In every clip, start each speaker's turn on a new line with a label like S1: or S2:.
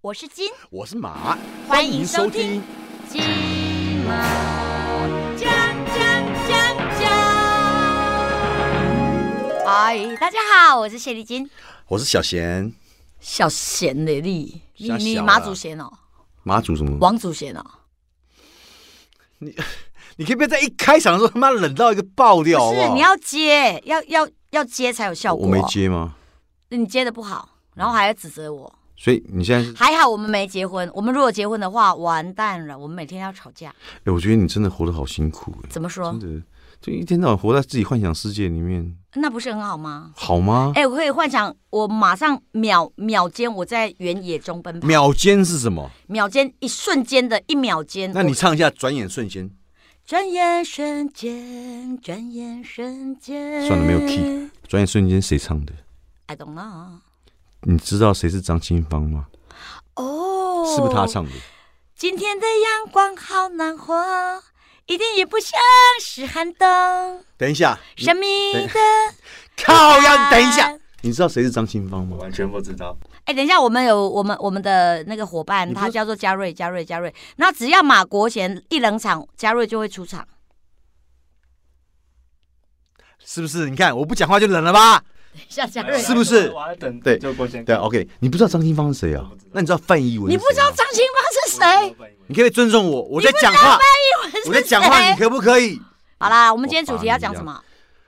S1: 我是金，
S2: 我是马，
S1: 欢迎收听金马讲讲讲讲。哎，大家好，我是谢丽金，
S2: 我是小贤，
S1: 小贤的丽，你
S2: 小
S1: 你
S2: 小
S1: 马
S2: 啦
S1: 祖贤哦，
S2: 马祖什么？
S1: 王祖贤哦，
S2: 你可以不要在一开场的时候他妈冷到一个爆掉好
S1: 不是
S2: 好
S1: 你要接，要要要接才有效果。
S2: 啊
S1: 哦
S2: 我没，接吗？
S1: 你接的不好，然后还要指责我。
S2: 所以你现在是，
S1: 还好我们没结婚，我们如果结婚的话，完蛋了，我们每天要吵架。
S2: 哎、我觉得你真的活得好辛苦、哎
S1: 怎么说
S2: 真？的，就一天到晚活在自己幻想世界里面，
S1: 那不是很好吗？
S2: 好吗？
S1: 哎、我可以幻想，我马上秒秒间我在原野中奔跑，秒
S2: 秒间是什么？
S1: 间一瞬间的一秒间，
S2: 那你
S1: 我
S2: 唱一下《转眼瞬间》，
S1: 转眼瞬间，转眼瞬间，
S2: 算了没有 key《转眼瞬间》谁唱的？
S1: I don't know。
S2: 你知道谁是张清芳吗？
S1: 哦，
S2: 是不是他？唱的？
S1: 今天的阳光好暖和，一点也不像是寒冬，
S2: 等一下，
S1: 神秘
S2: 等
S1: 的。
S2: 靠嗯哎呀！等一下，，你知道谁是张清芳吗？
S3: 完全不知道。
S1: 哎、等一下，我们有我们我们的那个伙伴，
S2: 你不
S1: 他
S2: 是
S1: 叫做嘉瑞，嘉瑞，嘉瑞。那只要马国贤一冷场，嘉瑞就会出场。
S2: 是不是？你看我不讲话就冷了吧？
S1: 等一下，嘉
S3: 没有
S1: 瑞，
S2: 是不是
S3: 哎我还等
S2: 对
S3: 就郭先
S2: 对啊，OK，你不知道张清芳是谁啊
S3: 我不知道？
S2: 那你知道范逸文？啊
S1: 你不知道？张清芳是谁？
S2: 你可不可以尊重我，我在讲话， 我在讲话，你可不可以？哦
S1: 好啦，我们今天主题要讲什么？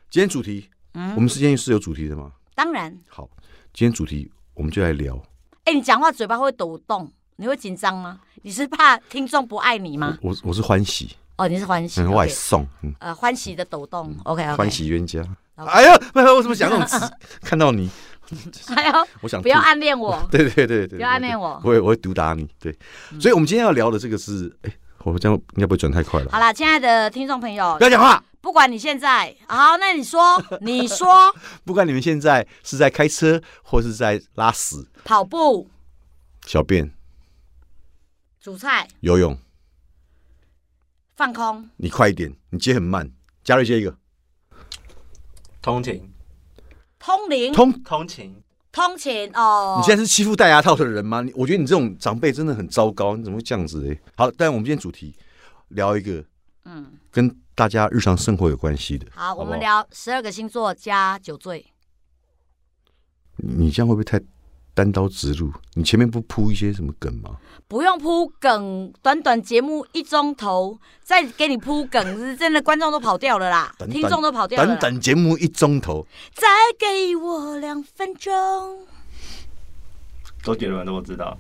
S2: 今天主题，我
S1: 嗯，
S2: 们是今天是有主题的吗？
S1: 当然。
S2: 好，今天主题我们就来聊。
S1: 哎、你讲话嘴巴会抖动，你会紧张吗？你是怕听众不爱你吗？
S2: 我我是欢喜，
S1: 哦，你是欢喜
S2: 嗯嗯，外
S1: ，OK，
S2: 送，嗯，
S1: 呃，欢喜的抖动，OK OK。
S2: 欢。喜冤家。
S1: 好
S2: 哎呀，不我怎么想那种 词？看到你，
S1: 哎呦，
S2: 我想
S1: 不要
S2: 吐。
S1: 暗恋我
S2: 对对对对，
S1: 不要暗恋我嗯
S2: 我会我会毒打你。对，所以我们今天要聊的这个是，哎，我这样应该不会转太快了
S1: 好。啦，亲爱的听众朋友
S2: 不，要讲话，
S1: 不管你现在好，那你 说，你说
S2: 不管你们现在是在开车，或是在拉屎、
S1: 跑步、
S2: 小便、
S1: 煮菜、
S2: 游泳，
S1: 放空、
S2: 你快一点，你接很慢。嘉瑞接一个，
S3: 通勤，
S1: 通灵、
S2: 通，
S3: 通勤，
S1: 通勤哦。
S2: 你现在是欺负戴牙套的人吗？你我觉得你这种长辈真的很糟糕，你怎么会这样子嘞？好，但我们今天主题聊一个
S1: 嗯，
S2: 跟大家日常生活有关系的。
S1: 好，我
S2: 不
S1: 们聊十二个星座加酒醉。
S2: 你你这样会不会太单刀直入？你前面不铺一些什么梗吗？
S1: 不用铺梗，短短节目一钟头，再给你铺梗，是真的观众都跑掉了啦，
S2: 等等
S1: 听众都跑掉了啦
S2: 短短节目一钟头，
S1: 再给我两分钟，
S3: 周杰伦的我知道，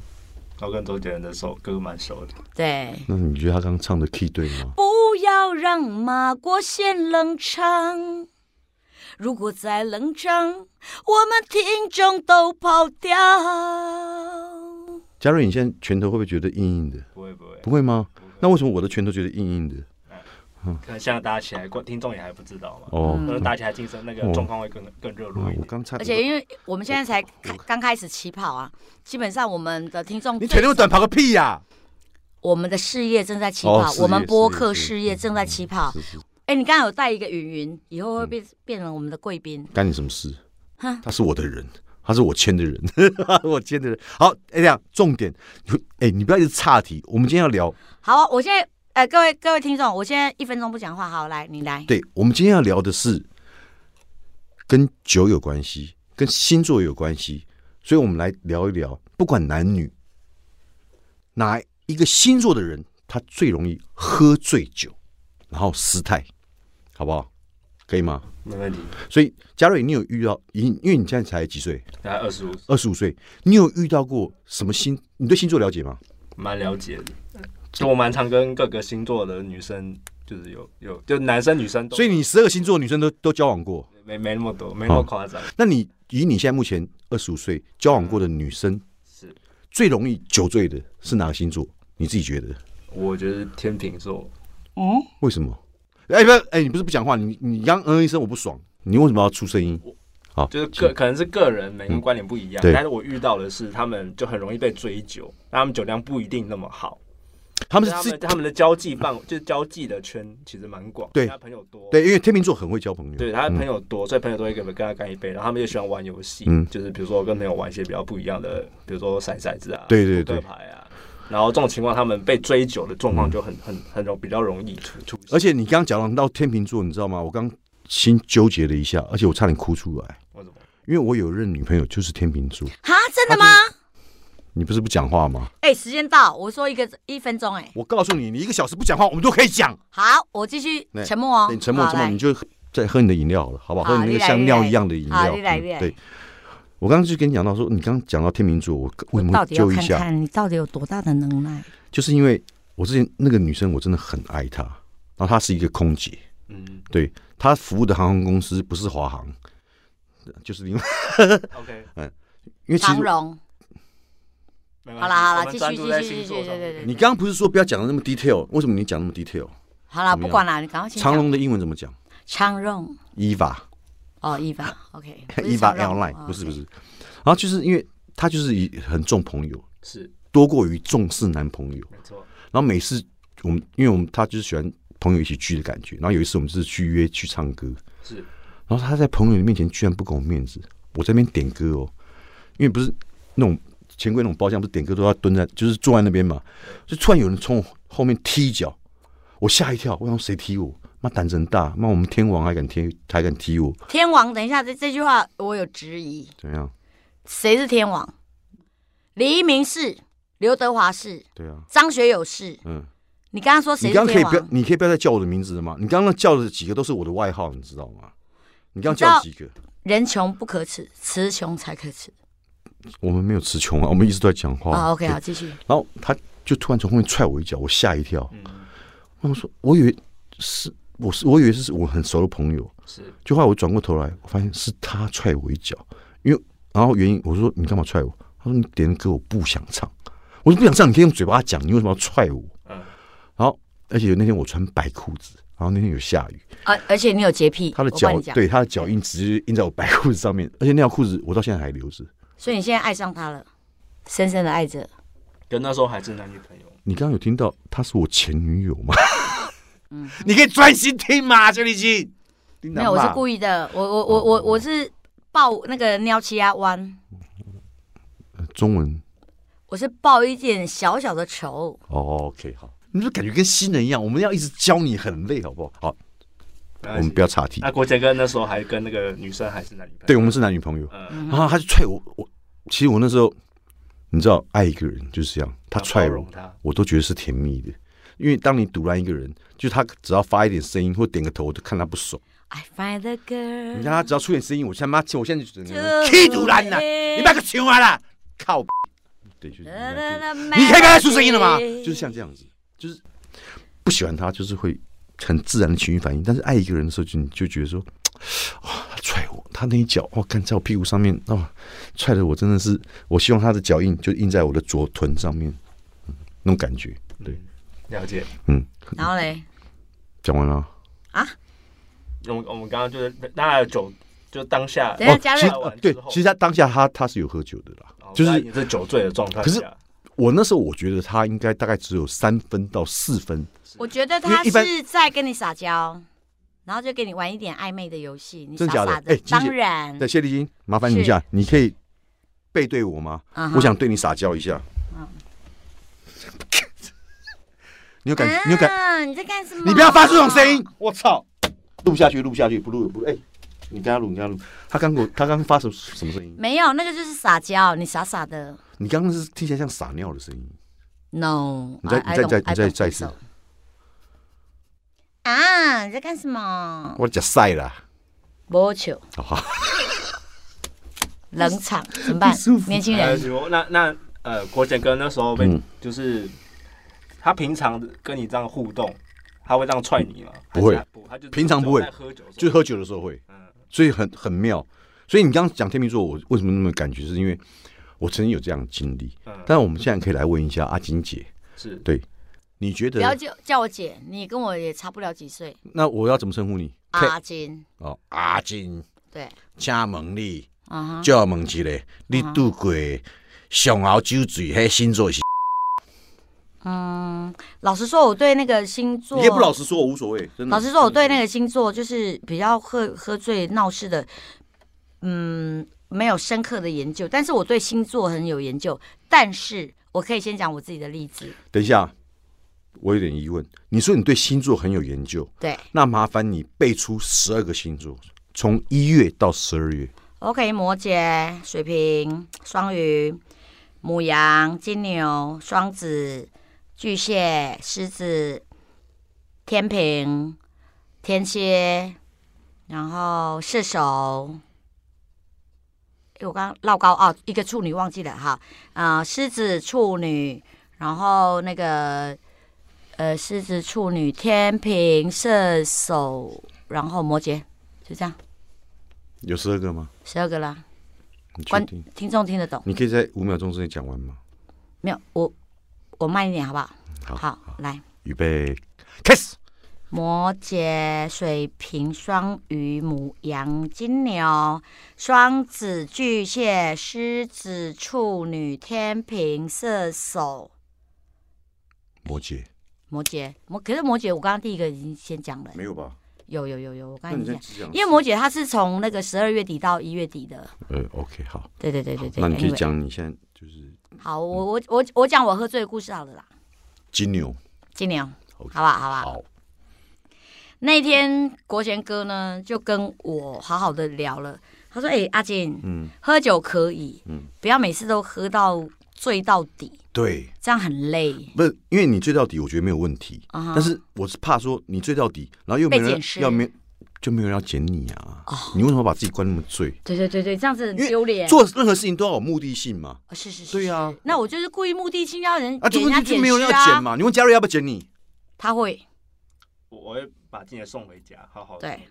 S3: 我跟周杰伦的首歌蛮熟的。
S1: 对，
S2: 那你觉得他刚刚唱的 key 对吗？
S1: 不要让马国贤冷场。如果再冷场，我们听众都跑掉。
S2: 嘉瑞，你现在拳头会不会觉得硬硬的？
S3: 不会不会，
S2: 不会吗？
S3: 不会
S2: 那为什么我的拳头觉得硬硬的？
S3: 可能现在打起来，观听众也还不知道嘛。
S2: 嗯哦，
S3: 可能打起来竞争那个
S2: 哦
S3: 状况会更更热络
S2: 啊
S3: 一
S2: 我
S3: 点。
S2: 刚才
S1: 嗯而且因为我们现在才开刚开始起跑啊，基本上我们的听众
S2: 你
S1: 最
S2: 腿那么短，跑个屁呀、
S1: 我们的事业正在起
S2: 哦
S1: 跑，
S2: 事业
S1: 我们播客
S2: 事
S1: 事
S2: 业嗯
S1: 业正在起跑。
S2: 是是，
S1: 哎、你刚刚有带一个云云，以后会
S2: 嗯
S1: 变、变成我们的贵宾。
S2: 干你什么事
S1: 哈？
S2: 他是我的人，他是我签的人， 我签的人。好，哎、这样重点，哎、你不要一直岔题。我们今天要聊，
S1: 好啊，我现在呃，各位各位听众，我现在一分钟不讲话，好，来你来。
S2: 对，我们今天要聊的是跟酒有关系，跟星座有关系，所以我们来聊一聊，不管男女，哪一个星座的人他最容易喝醉酒，然后失态，好不好？可以吗？
S3: 没问题。
S2: 所以嘉瑞，你有遇到，因因为你现在才几岁？
S3: 大概二十五，
S2: 二十五岁，你有遇到过什么星？你对星座了解吗？
S3: 蛮了解的。
S2: 嗯
S3: 就我蛮常跟各个星座的女生，就是有有，就男生女生都，
S2: 所以哦你十二个星座女生都都交往过，
S3: 没没那么多，没那么夸张。
S2: 那你以你现在目前二十五岁交往过的女生，
S3: 是，
S2: 最容易酒醉的是哪个星座？你自己觉得？
S3: 我觉得天秤座，
S1: 嗯
S2: 为什么？哎、不要，哎、你不是不讲话，你你刚嗯一声我不爽，你为什么要出声音？好，
S3: 就是个可能是个人每个人观点不一
S2: 嗯
S3: 样，
S2: 对
S3: 但是我遇到的是他们就很容易被追究，那他们酒量不一定那么好，
S2: 他们
S3: 他
S2: 是
S3: 们
S2: 自
S3: 他们的交际范围 就是交际的圈其实蛮广，
S2: 对
S3: 他朋友多，
S2: 对，因为天秤座很会交朋友，嗯
S3: 对，他朋友多，所以朋友都会跟跟他干一杯，然后他们也喜欢玩游戏，
S2: 嗯
S3: 就是比如说跟朋友玩一些比较不一样的，比如说骰骰子啊，
S2: 对对
S3: 扑克
S2: 对
S3: 牌啊，然后这种情况他们被追究的状况就很很很容比较容易出出现，
S2: 嗯而且你刚刚讲到天秤座，你知道吗？我刚心纠结了一下，而且我差点哭出来，
S3: 为什么？
S2: 因为我有一任女朋友就是天秤座。
S1: 哈，真的
S2: 他
S1: 吗？
S2: 你不是不讲话吗？
S1: 哎、时间到，我说一个一分钟，哎，
S2: 我告诉你，你一个小时不讲话，我们都可以讲。
S1: 好，我继续
S2: 对
S1: 沉默哦，
S2: 你沉默
S1: 好
S2: 沉默，
S1: 来
S2: 你就再喝你的饮料好了，好不好？
S1: 好
S2: 喝
S1: 你
S2: 你那个
S1: 来
S2: 像
S1: 你
S2: 尿
S1: 来
S2: 一样的饮
S1: 好
S2: 料。
S1: 你来
S2: 嗯
S1: 你来
S2: 对，我刚刚就跟你讲到说，你刚刚讲到天秤座，我为什么
S1: 到
S2: 会
S1: 底要
S2: 揪一
S1: 看
S2: 下？哎
S1: 看你到底有多大的能耐？
S2: 就是因为我之前那个女生，我真的很爱她，然后她是一个空姐，
S3: 嗯
S2: 对她服务的航空公司不是华航，就是另外，
S3: ，OK，
S2: 因为其
S1: 长
S2: 实
S1: 荣，
S3: 没
S1: 好啦好
S3: 关系，嗯我
S1: 啦，
S3: 们
S1: 继续
S3: 专
S1: 继
S3: 注在
S1: 续继
S3: 星
S1: 续，
S3: 座
S1: 对
S3: 上
S1: 对
S3: 面
S1: 对对，
S2: 你刚刚不是说不要讲的那么 detail，为什么你讲那么 detail？
S1: 好啦，
S2: 怎
S1: 不
S2: 么样
S1: 管啦，你赶快先
S2: 长
S1: 讲
S2: 龙的英文怎么讲
S1: 长荣
S2: ？Eva
S1: 哦，伊凡，OK，不是
S2: Eva
S1: 长荣
S2: Airline
S1: 哦
S2: 不是
S1: OK
S2: 不是，然后就是因为她就是以很重朋友，
S3: 是
S2: 多过于重视男朋友。
S3: 没错，
S2: 然后每次我们，因为我们他就是喜欢朋友一起聚的感觉。然后有一次我们就是去约去唱歌，
S3: 是
S2: 然后他在朋友的面前居然不给我面子，我在那边点歌哦，因为不是那种钱柜那种包厢，不是点歌都要蹲在，就是坐在那边嘛，就突然有人从我后面踢一脚，我吓一跳，我想谁踢我？妈胆子很大，妈我们天王还敢踢，还敢踢我，
S1: 天王，等一下，这这句话我有质疑，
S2: 怎样？
S1: 谁是天王？黎明是，刘德华是，
S2: 对啊，
S1: 张学友是。
S2: 嗯，
S1: 你刚刚说谁
S2: 你
S1: 是
S2: 刚刚可以
S1: 天王
S2: 不要，？你可以不要再叫我的啊名字了吗？你刚刚叫的几个都是我的外号，你知道吗？你刚刚叫几个？
S1: 人穷不可耻，词穷才可耻。
S2: 我们没有词穷啊，我们一直都在讲话。
S1: 啊，OK，
S2: 对
S1: 好，继续。
S2: 然后他就突然从后面踹我一脚，我吓一跳。
S3: 嗯
S2: 我说，我以为是我是我以为是我很熟的朋友，
S3: 是
S2: 就后来我转过头来，我发现是他踹我一脚，因为然后原因我说你干嘛踹我？他说你点的歌我不想唱，我说不想唱，你可以用嘴巴讲，你为什么要踹我？
S3: 嗯
S2: 然后而且那天我穿白裤子，然后那天有下雨，
S1: 而、啊而且你有洁癖，
S2: 他的
S1: 我
S2: 脚
S1: 帮你讲，
S2: 对他的脚印直接印在我白裤子上面，而且那条裤子我到现在还留着。
S1: 所以你现在爱上他了，深深的爱着。
S3: 跟那时候还是男女朋友，
S2: 你刚刚有听到她是我前女友吗？你可以专心听嘛，邱立新。
S1: 嗯没有，我是故
S2: 意。
S1: 意的，我我
S2: 哦
S1: 我我我是抱那个尿气压弯，
S2: 中文
S1: 我是抱一点小小的仇。
S2: 哦，OK，好。你就感觉跟新人一样，我们要一直教你很累，好不好？好，我
S3: 没关系啊
S2: 们不要岔题
S3: 那。国杰哥那时候还跟那个女生还是男女朋友，
S2: 对，我们是男女朋友。
S3: 嗯，
S2: 然后他就踹我，我其实我那时候，你知道，爱一个人就是这样，他踹我
S3: 包容，他，
S2: 我都觉得是甜蜜的。因为当你堵拦一个人，就他只要发一点声音或点个头，我就看他不爽。
S1: I find the
S2: 你
S1: girl
S2: 看。他只要出点声音，我他妈，我现在就整个人
S1: 就
S2: 气堵啊拦了。
S1: 会
S2: 你把个球完啦，靠！对，就是你
S1: 你
S2: 可以不要再出声音了吗？就是像这样子，就是不喜欢他，就是会很自然的情绪反应。但是爱一个人的时候，就你就觉得说，哇、他踹我，他那一脚，哇、干在我屁股上面，哦，踹的我真的是，我希望他的脚印就印在我的左臀上面，嗯那种感觉。对，
S3: 了解。
S2: 嗯，
S1: 然后嘞，
S2: 讲完了。
S3: 我们我们刚刚就是大概有酒，就当下
S1: 等一下加
S2: 其实、
S1: 热
S2: 呃对，其实他当下他他是有喝酒的啦，
S3: 哦
S2: 就
S3: 大家
S2: 是
S3: 也是酒醉的状态
S2: 可是
S3: 下，
S2: 我那时候我觉得他应该大概只有三分到四分，
S1: 我觉得
S2: 啊因
S1: 他
S2: 为一般
S1: 是在跟你撒娇，然后就给你玩一点暧昧的游戏，你傻
S2: 真假的
S1: 傻
S2: 哎金姐
S1: 当然
S2: 对，，谢丽金，麻烦你一下，你可以背对我吗？
S1: 嗯哼
S2: 我想对你撒娇一下。
S1: 啊
S2: 你有感，你有感，
S1: 啊你在干什么？
S2: 你不要发出这种声音！我操，录不下去，录不下去，不录也不录。哎，你跟他录，你跟他录。他刚给我，他刚发什么什么声音？
S1: 没有，那个就是撒娇，你傻傻的。
S2: 你刚刚是听起来像撒尿的声音。
S1: No，
S2: 你再
S1: I- I
S2: 你再
S1: don't-
S2: 再你再
S1: I don't
S2: 再
S1: think
S2: 一次
S1: so 啊！你在干什么？
S2: 我假晒啦，
S1: 摸球，
S2: 好好，
S1: 冷场怎么办
S2: 不舒？服哎
S1: 年轻
S3: 呃，
S1: 人，
S3: 比如那那呃，国杰哥那时候被、
S2: 嗯
S3: 就是他平常跟你这样互动，他会这样踹你吗？
S2: 嗯不会
S3: 还是他不，他就
S2: 平常不会
S3: 只有在喝酒的时候，
S2: 就喝酒的时候会
S3: 嗯，
S2: 所以很很妙。所以你刚刚讲天秤座，我为什么那么感觉，是因为我曾经有这样的经历。
S3: 嗯
S2: 但我们现在可以来问一下阿金姐，
S3: 是
S2: 你觉
S1: 不要
S2: 得
S1: 叫叫我姐，你跟我也差不了几岁。
S2: 那我要怎么称呼你？
S1: 阿金，
S2: 哦，阿金，
S1: 对，
S2: 请问你，
S1: 啊哈，
S2: 借我问一下，你拄过上鳌酒醉迄星座是？
S1: 嗯，老实说，我对那个星座
S2: 也不老实说，我无所谓，真的。
S1: 老实说，我对那个星座就是比较喝喝醉闹事的，嗯，没有深刻的研究，但是我对星座很有研究。但是我可以先讲我自己的例子，
S2: 等一下，我有点疑问。你说你对星座很有研究，
S1: 对
S2: 那麻烦你背出十二个星座，从一月到十二月。
S1: ，OK，摩羯、水瓶、双鱼、母羊、金牛、双子、巨蟹、狮子、天平、天蝎，然后射手。诶我刚刚绕高啊，一个处女忘记了哈，啊、狮子、处女，然后那个呃，狮子、处女、天平、射手，然后摩羯，就这样，
S2: 有十二个吗？
S1: 十二个啦。
S2: 你确
S1: 观
S2: 定？
S1: 听众听得懂
S2: 你可以在五秒钟之内讲完吗？
S1: 没有？我我慢一点好不好？
S2: 好
S1: 来，
S2: 预备，开始。
S1: 摩羯、水瓶、双鱼、母羊、金牛、双子、巨蟹、狮子、处女、天平、射手、
S2: 摩羯
S1: 摩羯。摩可是摩羯，我刚刚第一个已经先讲了，
S2: 有吧？
S1: 有有有有，我刚刚已经讲，
S2: 只讲
S1: 因为摩羯它是从那个十二月底到一月底的，
S2: 呃，OK，好，
S1: 对对对对对。
S2: 那你可以
S1: anyway，
S2: 讲你现在就是
S1: 好，我我我我讲我喝醉的故事好了啦，
S2: 金牛，
S1: 金牛，
S2: OK，
S1: 好不好？好不好？
S2: 好，
S1: 那天国贤哥呢，就跟我好好的聊了。他说：“哎、阿金，
S2: 嗯，
S1: 喝酒可以，
S2: 嗯
S1: 不要每次都喝到醉到底，
S2: 对，
S1: 这样很累。
S2: 不是因为你醉到底，我觉得没有问题，
S1: 啊哈
S2: 但是我是怕说你醉到底，然后又没有
S1: 被
S2: 人
S1: 检视
S2: 要没就没有人要捡你啊，你为什么把自己关那么醉？
S1: 对对对对，这样子很
S2: 因为
S1: 丢脸。
S2: 做任何事情都要有目的性嘛，
S1: 哦是是是，
S2: 对啊
S1: 是那我就是故意目的性让人
S2: 啊，
S1: 给
S2: 就
S1: 人家
S2: 是就
S1: 点
S2: 没有
S1: 尸
S2: 人要捡
S1: 啊。
S2: 嘛，你问嘉瑞要不要捡你？
S1: 他会，
S3: 我我会把金姐送回家，好好地
S1: 对
S3: 送回家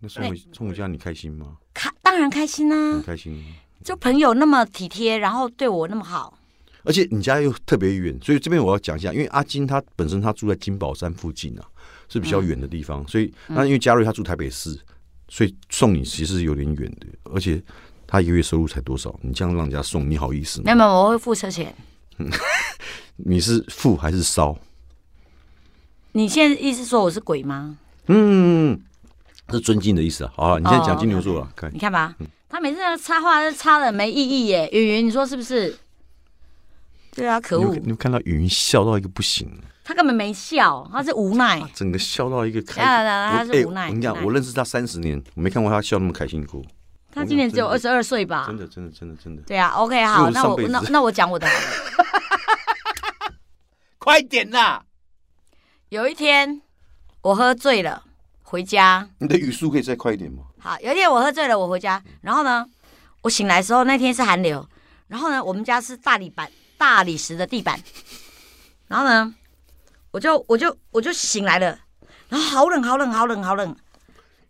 S2: 那送回送回家你开心吗？
S1: 开当然开心啦、
S2: 很开心，
S1: 就朋友那么体贴，然后对我那么好，
S2: 而且你家又特别远，所以这边我要讲一下，因为阿金他本身他住在金宝山附近啊，是比较远的地
S1: 嗯
S2: 方，所以那因为嘉瑞他住台北市，所以送你其实是有点远的，而且他一个月收入才多少？你这样让人家送，你好意思
S1: 没
S2: 吗？
S1: 有没有，我会付车钱。
S2: 你是富还是烧？
S1: 你现在意思说我是鬼吗？
S2: 嗯，是尊敬的意思啊。好啊，你现
S1: 哦
S2: 在讲金牛座了，看
S1: 你看吧，他每次那插话都插的没意义耶。云云，你说是不是？对啊，可
S2: 你有
S1: 恶
S2: 你，有看到云笑到一个不行，
S1: 他根本没笑，他是无奈。
S2: 整个笑到一个开。
S1: 来来来
S2: 我
S1: 他是
S2: 哎
S1: 无奈
S2: 我跟你
S1: 无
S2: 讲，
S1: 奈
S2: 我认识他三十年，我没看过他笑那么开心过。
S1: 他今年只有二十二岁吧
S2: 真？的，真的，真的，真的。
S1: 对啊，OK，
S2: 所以
S1: 好，
S2: 我
S1: 那
S2: 上
S1: 我
S2: 辈子
S1: 那那我讲我的好了。
S3: 快点啦！
S1: 有一天我喝醉了回家，
S2: 你的语速可以再快一点吗？
S1: 好，有一天我喝醉了，我回家，然后呢，我醒来的时候那天是寒流，然后呢，我们家是大理板大理石的地板，然后呢，我就我就我就醒来了，然后好冷好冷好冷好冷，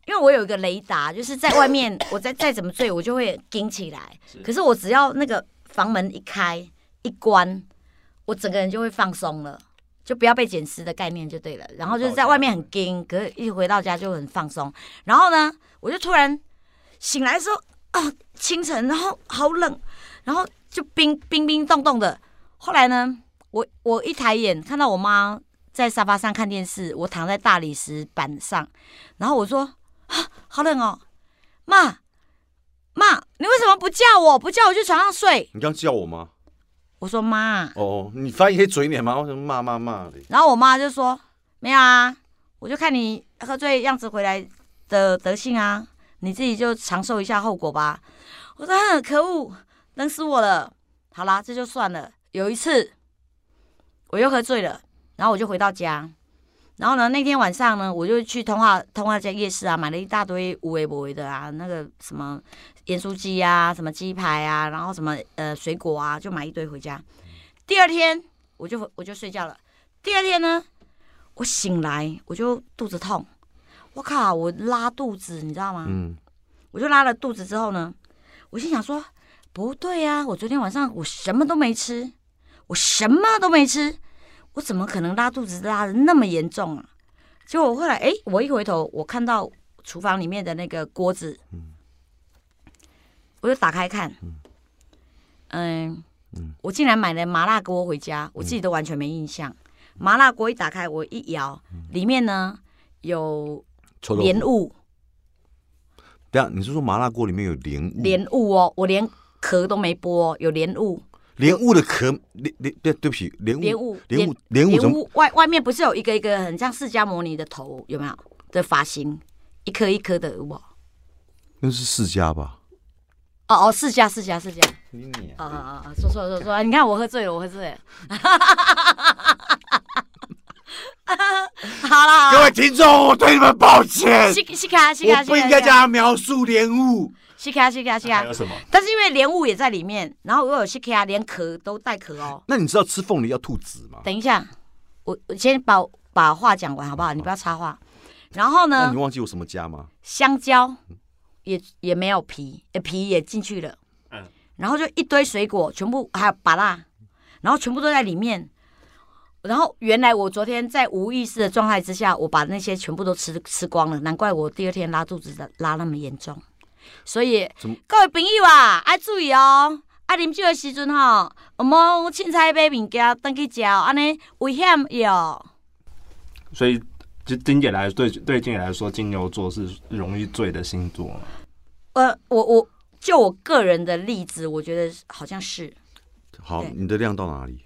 S1: 因为我有一个雷达，就是在外面我再再怎么醉，我就会惊起来，
S3: 是
S1: 可是我只要那个房门一开一关，我整个人就会放松了。就不要被捡尸的概念就对了，然后就是在外面很惊，可是一回到家就很放松。然后呢，我就突然醒来的时候啊，清晨，然后好冷，然后就冰冰冰冻冻的。后来呢，我我一抬眼看到我妈在沙发上看电视，我躺在大理石板上，然后我说啊，好冷哦，妈妈，你为什么不叫我？不叫我去床上睡？
S2: 你刚叫我吗？
S1: 我说妈，
S2: 哦，你发现可以嘴脸吗？我想骂骂骂的。
S1: 然后我妈就说：“没有啊，我就看你喝醉样子回来的德性啊，你自己就承受一下后果吧。”我说：“哼，可恶，冷死我了。”好啦，这就算了。有一次我又喝醉了，然后我就回到家，然后呢，那天晚上呢，我就去通化通化街夜市啊，买了一大堆无为不为的啊，那个什么盐酥鸡啊，什么鸡排啊，然后什么呃水果啊，就买一堆回家。第二天我就我就睡觉了。第二天呢，我醒来我就肚子痛，我靠，我拉肚子，你知道吗？
S2: 嗯，
S1: 我就拉了肚子之后呢，我心想说，不对呀、我昨天晚上我什么都没吃，我什么都没吃，我怎么可能拉肚子拉的那么严重啊？结果我后来，哎，我一回头，我看到厨房里面的那个锅子，
S2: 嗯
S1: 我就打开看，嗯
S2: 嗯
S1: 嗯，我竟然买了麻辣锅回家，我自己都完全没印象。麻辣锅一打开，我一摇，里面呢有
S2: 嗯臭豆
S1: 莲
S2: 腐。
S1: 雾，
S2: 等一下，你是说麻辣锅里面有莲雾？
S1: 莲雾哦，我连壳都没剥哦，有莲雾，
S2: 莲雾的壳，莲莲对对不起，莲
S1: 莲
S2: 雾
S1: 雾，
S2: 莲雾莲雾
S1: 莲
S2: 怎么？
S1: 雾外外面不是有一个一个很像释迦摩尼的头，有没有的发型，一颗一颗的有没有
S2: 那是释迦吧？
S1: 哦哦，释迦释迦释迦，
S2: 你
S1: 啊啊啊啊！说错了说错了，你看我喝醉了，我喝醉了。 好啦，好
S2: 各
S1: 啦
S2: 位听众，我对你们抱歉，
S1: 西西卡西卡
S2: 我
S1: 西
S2: 不应
S1: 卡
S2: 该哎叫他描述莲雾。
S1: 西卡西卡西
S3: 还
S1: 卡
S3: 有，什么？
S1: 但是啊因为莲雾也在里面，然后我有西卡，连壳都带壳哦。
S2: 那你知道吃凤梨要吐籽吗？
S1: 等一下，我我先把把话讲完好不好？你不要插话。然后
S2: 那
S1: 呢
S2: 你，忘记我什么家吗？
S1: 香蕉也也没有皮，呃皮也进去了，
S3: 嗯
S1: 然后就一堆水果，全部还有芭辣，然后全部都在里面。然后原来我昨天在无意识的状态之下，我把那些全部都吃吃光了，难怪我第二天拉肚子拉那么严重。所以
S2: 怎么
S1: 各位朋友啊，要注意哦，啊，啉酒的时阵吼，我们凊彩买物件登去食，安尼危险哟。
S3: 所以，就金姐来对对金姐来说，金牛座是容易醉的星座嘛。
S1: 呃，我我就我个人的例子，我觉得好像是
S2: 好，
S1: 对
S2: 你的量到哪里？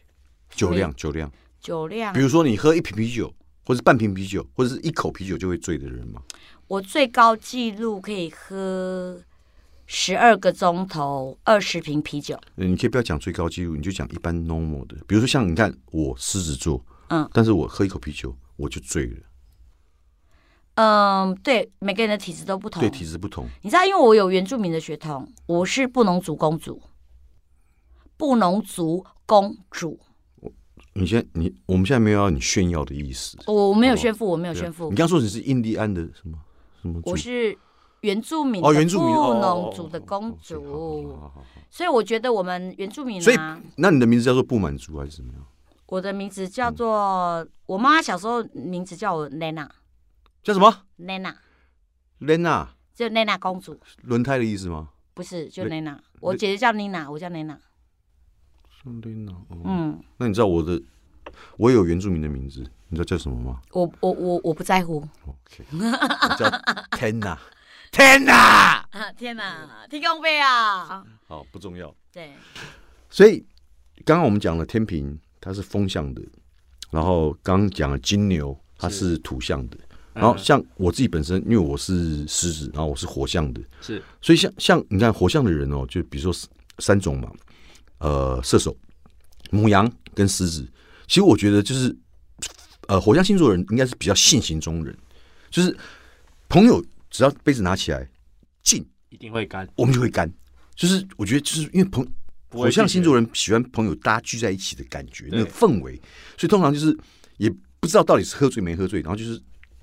S2: 酒量，酒量。
S1: 酒量
S2: 比。如说，你喝一瓶啤酒，或是半瓶啤酒，或者是一口啤酒就会醉的人吗？
S1: 我最高纪录可以喝十二个钟头，二十瓶啤酒。
S2: 呃你可以不要讲最高纪录，你就讲一般 normal 的。比如说，像你看我狮子座，
S1: 嗯，
S2: 但是我喝一口啤酒我就醉了，
S1: 嗯，对，每个人的体质都不同。
S2: 对体质不同。
S1: 你知道，因为我有原住民的血统，我是布农族公主，布农族公主，
S2: 你现在你我们现在没有要你炫耀的意思，
S1: 我没有
S2: 好吧
S1: 炫富，我没有
S2: 对啊
S1: 炫富
S2: 你，刚说你是印第安的什么什么族？
S1: 我是原住民的
S2: 哦，原住民
S1: 布
S2: 哦
S1: 农族的公
S2: 哦哦哦哦好好
S1: 主，
S2: 好好好
S1: 所以我觉得我们原住民
S2: 所以
S1: 啊，
S2: 那你的名字叫做不满足还是怎么样？
S1: 我的名字
S2: 嗯
S1: 叫做我妈小时候名字叫我 Nana
S2: 叫什么
S1: Nana，
S2: ？Lena
S1: 就 Nana 公主。
S2: 轮胎的意思吗
S1: 不是，就
S2: 对
S1: Nina，我姐姐叫 Nina，我叫 Nina。
S2: ？Lena，哦
S1: 嗯，
S2: 那你知道我的我有原住民的名字，你知道叫什么吗
S1: 我我我我不在乎。
S2: ？OK，我叫 Tena，Tena，
S1: 啊天
S2: 嗯
S1: 哪，天公杯啊！
S2: 好不重要。
S1: 对，
S2: 所以刚刚我们讲了天平，它是风向的，然后刚刚讲了金牛，它是土象的。然后像我自己本身，因为我是狮子，然后我是火象的，
S3: 是
S2: 所以像像你看火象的人哦，就比如说三三种嘛，呃，射手、母羊跟狮子。其实我觉得就是，呃，火象星座的人应该是比较性情中人，就是朋友只要杯子拿起来敬，
S3: 一定会干，
S2: 我们就会干。就是我觉得就是因为朋
S3: 不
S2: 火
S3: 会
S2: 象
S3: 拒绝
S2: 星座人喜欢朋友大家聚在一起的感觉，
S3: 对
S2: 那个氛围，所以通常就是也不知道到底是喝醉没喝醉，然后就是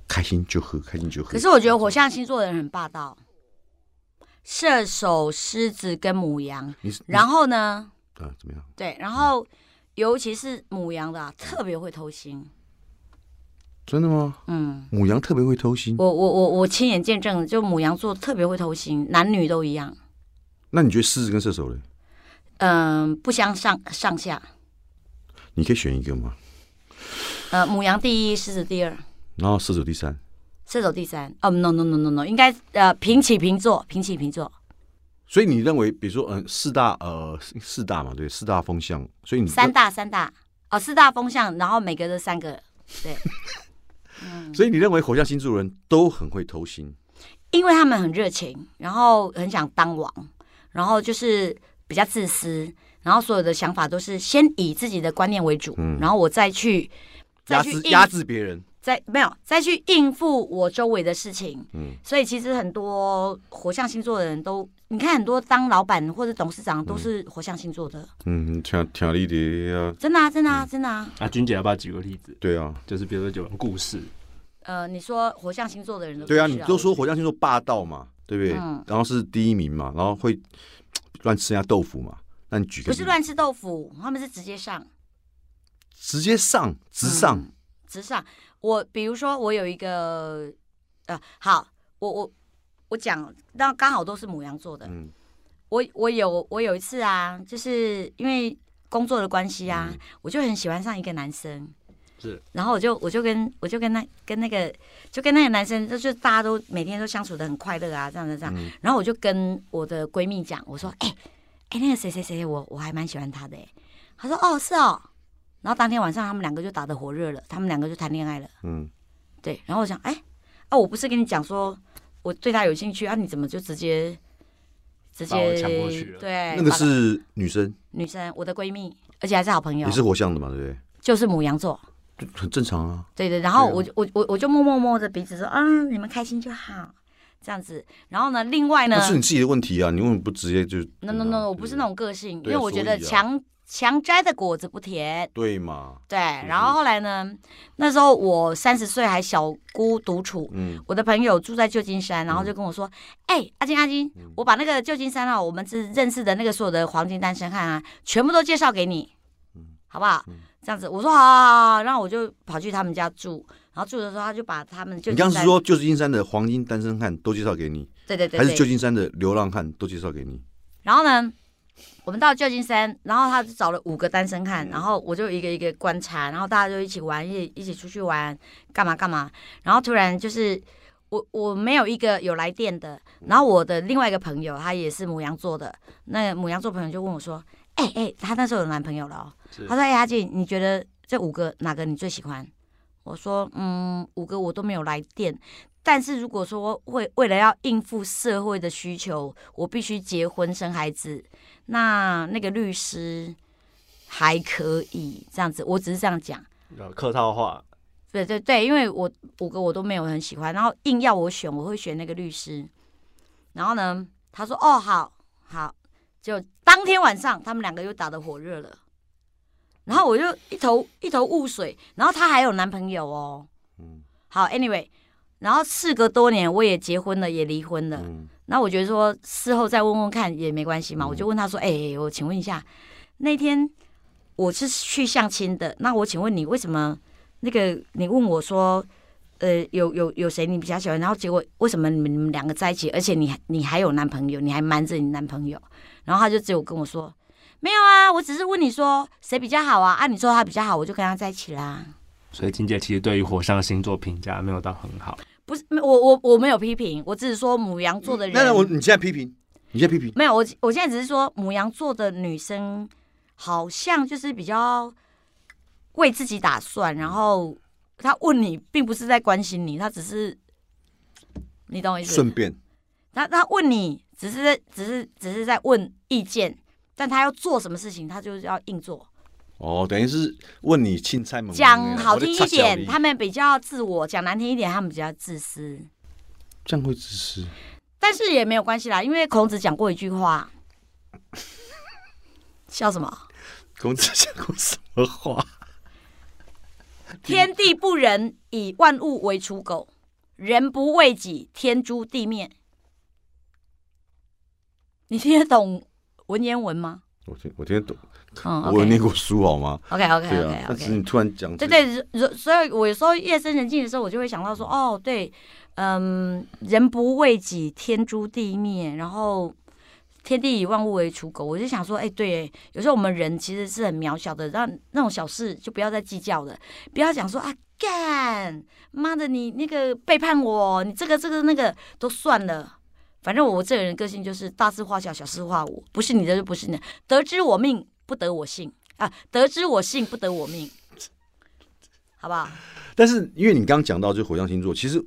S2: 开心就喝，开心就喝。
S1: 可是我觉得火象星座的人很霸道，射手、狮子跟母羊。
S2: 你是你
S1: 然后呢，
S2: 啊、怎么样？
S1: 对，然后尤其是母羊的、啊、特别会偷腥。
S2: 真的吗？
S1: 嗯，
S2: 母羊特别会偷腥，
S1: 我我我我亲眼见证，就母羊座特别会偷腥，男女都一样。
S2: 那你觉得狮子跟射手嘞？
S1: 嗯，不相上上下。
S2: 你可以选一个吗？
S1: 呃，母羊第一，狮子第二。
S2: 然后射手第三，
S1: 射手第三，哦、n o no no no no，应该呃平起平坐，平起平坐。
S2: 所以你认为，比如说，嗯、四大呃四四大嘛，对，四大风向，所以你
S1: 三大三大，哦，四大风向，然后每个都三个，对，
S2: 所以你认为火象星座人都很会偷腥，
S1: 因为他们很热情，然后很想当王，然后就是比较自私，然后所有的想法都是先以自己的观念为主，然后我再去再
S2: 嗯压
S1: 去
S2: 制
S1: 应
S2: 压制别人，
S1: 再没有再去应付我周围的事情，
S2: 嗯
S1: 所以其实很多火象星座的人都，你看很多当老板或者董事长都是火象星座的，
S2: 嗯，挺挺理的啊，
S1: 真的啊，真的啊，真的啊。
S3: 啊，君姐要不要举个例子？
S2: 对啊，
S3: 就是比如说有人故事，
S1: 呃，你说火象星座的人的
S2: 对啊，
S1: 故事
S2: 你都说火象星座霸道嘛，对不对？
S1: 嗯
S2: 然后是第一名嘛，然后会乱吃人家豆腐嘛，那你举个
S1: 不是
S2: 例
S1: 乱吃豆腐，他们是直接上
S2: 直接上直上，
S1: 嗯直上。我比如说，我有一个呃，好，我我我讲，那刚好都是母羊座的。
S2: 嗯
S1: 我我有我有一次
S2: 嗯
S1: 啊，就是因为工作的关系啊，我就很喜欢上一个男生，
S3: 是，
S1: 然后我就我就跟我就跟那跟那个就跟那个男生，就是大家都每天都相处的很快乐啊，这样子这
S3: 嗯
S1: 样。然后我就跟我的闺蜜讲，我说，哎、哎、那个谁谁谁，我我还蛮喜欢他的、哎，她说，哦，是哦。然后当天晚上他们两个就打得火热了，他们两个就谈恋爱了。
S2: 嗯，
S1: 对，然后我想，哎、啊，我不是跟你讲说我对他有兴趣啊，你怎么就直接直
S3: 把我
S1: 接
S3: 抢过去了
S1: 对，
S2: 那个
S1: 把
S2: 是女生，
S1: 女生，我的闺蜜，而且还是好朋友
S2: 也，是火象的嘛，对不对？
S1: 就是母羊座。
S2: 就很正常啊。
S1: 对对，然后
S3: 对啊
S1: 我就我我我就默默摸着鼻子说，嗯，你们开心就好，这样子。然后呢，另外呢
S2: 那哦是你自己的问题啊，你为什么不直接就
S1: ，no no
S2: 对啊
S1: no，我不是那种个性，因
S2: 对啊
S1: 为我觉得
S2: 所以啊
S1: 强强摘的果子不甜。
S2: 对嘛？
S1: 对，然后后来呢，那时候我三十岁还小孤独处。
S2: 嗯，
S1: 我的朋友住在旧金山，然后就跟我说：“哎、阿金阿金，
S2: 嗯
S1: 我把那个旧金山啊，我们是认识的那个所有的黄金单身汉啊，全部都介绍给你，
S2: 嗯
S1: 好不好？”这样子，我说好好好好，然后我就跑去他们家住，然后住的时候，他就把他们旧
S2: 你
S1: 金
S2: 刚
S1: 山，
S2: 刚是说旧金山的黄金单身汉都介绍给你，
S1: 对对对
S2: 还是旧
S1: 对，
S2: 金山的流浪汉都介绍给你？
S1: 然后呢，我们到旧金山，然后他就找了五个单身汉，然后我就一个一个观察，然后大家就一起玩，一起一起出去玩，干嘛干嘛，然后突然就是我我没有一个有来电的，然后我的另外一个朋友，他也是母羊座的，那个母羊座朋友就问我说，哎、哎、他那时候有男朋友了哦，
S3: 是
S1: 他说，哎、阿静，你觉得这五个哪个你最喜欢？我说，嗯，五个我都没有来电。但是如果说为为了要应付社会的需求，我必须结婚生孩子，那那个律师还可以这样子，我只是这样讲。
S3: 呃客套话，
S1: 对对对，因为我五个我都没有很喜欢，然后硬要我选，我会选那个律师。然后呢，他说：“哦，好好。”就当天晚上，他们两个又打得火热了。然后我就一头一头雾水，然后她还有男朋友哦。
S2: 嗯
S1: 好，anyway，然后事隔多年，我也结婚了，也离婚了。
S2: 嗯，
S1: 那我觉得说事后再问问看也没关系嘛，我就问他说：“哎、我请问一下，那天我是去相亲的，那我请问你为什么那个你问我说，呃，有有有谁你比较喜欢？然后结果为什么你们你们两个在一起，而且你还你还有男朋友，你还瞒着你男朋友？”然后他就只有跟我说：“没有啊，我只是问你说谁比较好啊？啊，你说他比较好，我就跟他在一起啦。
S3: 所以金姐其实对于火象星座评价没有到很好，”
S1: 不是，我我我没有批评，我只是说母羊座的人。
S2: 那那我你现在批评，你现在批评，
S1: 没有，我我现在只是说母羊座的女生好像就是比较为自己打算，然后她问你，并不是在关心你，她只是你懂我意思
S2: 顺？便
S1: 她她问你，只是在只是只是在问意见，但她要做什么事情，她就是要硬做。
S2: 哦，等于是问你青菜们
S1: 讲好听一点，他们比较自我；讲难听一点，他们比较自私。
S2: 这样会自私。
S1: 但是也没有关系啦，因为孔子讲过一句话， 笑什么？
S2: 孔子讲过什么话？
S1: 天地不仁，以万物为刍狗；人不为己，天诛地灭。你听得懂文言文吗？
S2: 我听我听得懂，
S1: 嗯
S2: 我有
S1: ，OK
S2: 念过书好吗？
S1: OK OK
S2: 对
S1: OK
S2: 啊，但是
S1: OK。
S2: 你突然讲，
S1: 对，对，所所以我有时候夜深人静的时候，我就会想到说，哦，对，嗯，人不为己，天诛地灭，然后天地以万物为刍狗。我就想说，哎，对，有时候我们人其实是很渺小的，让那种小事就不要再计较了，不要讲说啊，干，妈的，你那个背叛我，你这个这个那个都算了。反正我这个人个性就是大事化小，小事化无，不是你的就不是你的，得知我命不得我幸啊，得知我幸不得我命，好不好？
S2: 但是因为你刚刚讲到这火象星座，其实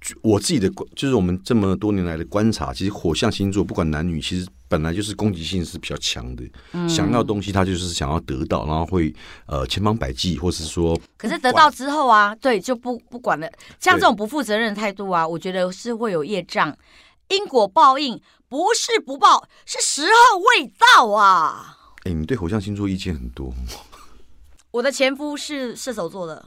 S2: 就我自己的观就是我们这么多年来的观察，其实火象星座不管男女，其实本来就是攻击性是比较强的，
S1: 嗯
S2: 想要东西他就是想要得到，然后会呃千方百计，或是说
S1: 可是得到之后啊，对，就不不管了。像这种不负责任的态度啊，我觉得是会有业障、因果报应，不是不报，是时候未到啊。
S2: 哎、你对火象星座意见很多
S1: 我的前夫是射手座的，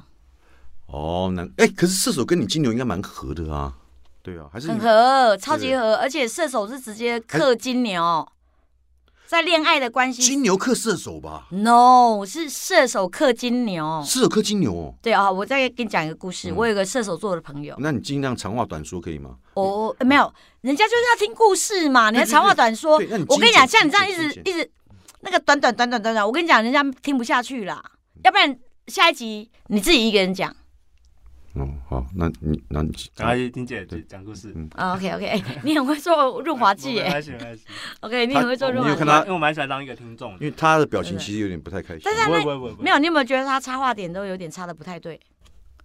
S2: 哦，难哎、可是射手跟你金牛应该蛮合的啊，对啊，还是你
S1: 很合，超级合，而且射手是直接克金牛，在恋爱的关系
S2: 金牛克射手吧，
S1: ，no 是射手克金牛。
S2: 射手克金牛哦，
S1: 对啊，我再给你讲一个故
S2: 嗯
S1: 事。我有一个射手座的朋友，
S2: 那你尽量长话短说可以吗？
S1: 我、呃没有，人家就是要听故事嘛，你还长话短说。
S2: 对，那你
S1: 我跟你讲，像你这样一
S2: 精
S1: 直
S2: 简
S1: 一直那个短短短短短短，我跟你讲，人家听不下去啦。要不然下一集你自己一个人讲。
S2: 嗯，好，那你那你
S3: 然后丁姐讲故
S2: 嗯
S3: 事，
S1: 啊 OK OK，你很会做润滑剂
S3: 没
S1: 耶。
S3: 关系没关系。哦
S1: OK，你很会 做
S2: 你
S1: 润
S2: 有
S1: 滑
S2: 看
S1: 剂。
S2: 他
S3: 因为我蛮喜欢当一个听众的
S2: 因，为他的表情其实有点不太开心，
S1: 但是他
S3: 不会
S1: 那
S3: 不会不会不会
S1: 没有，你有没有觉得他插画点都有点插的不太对？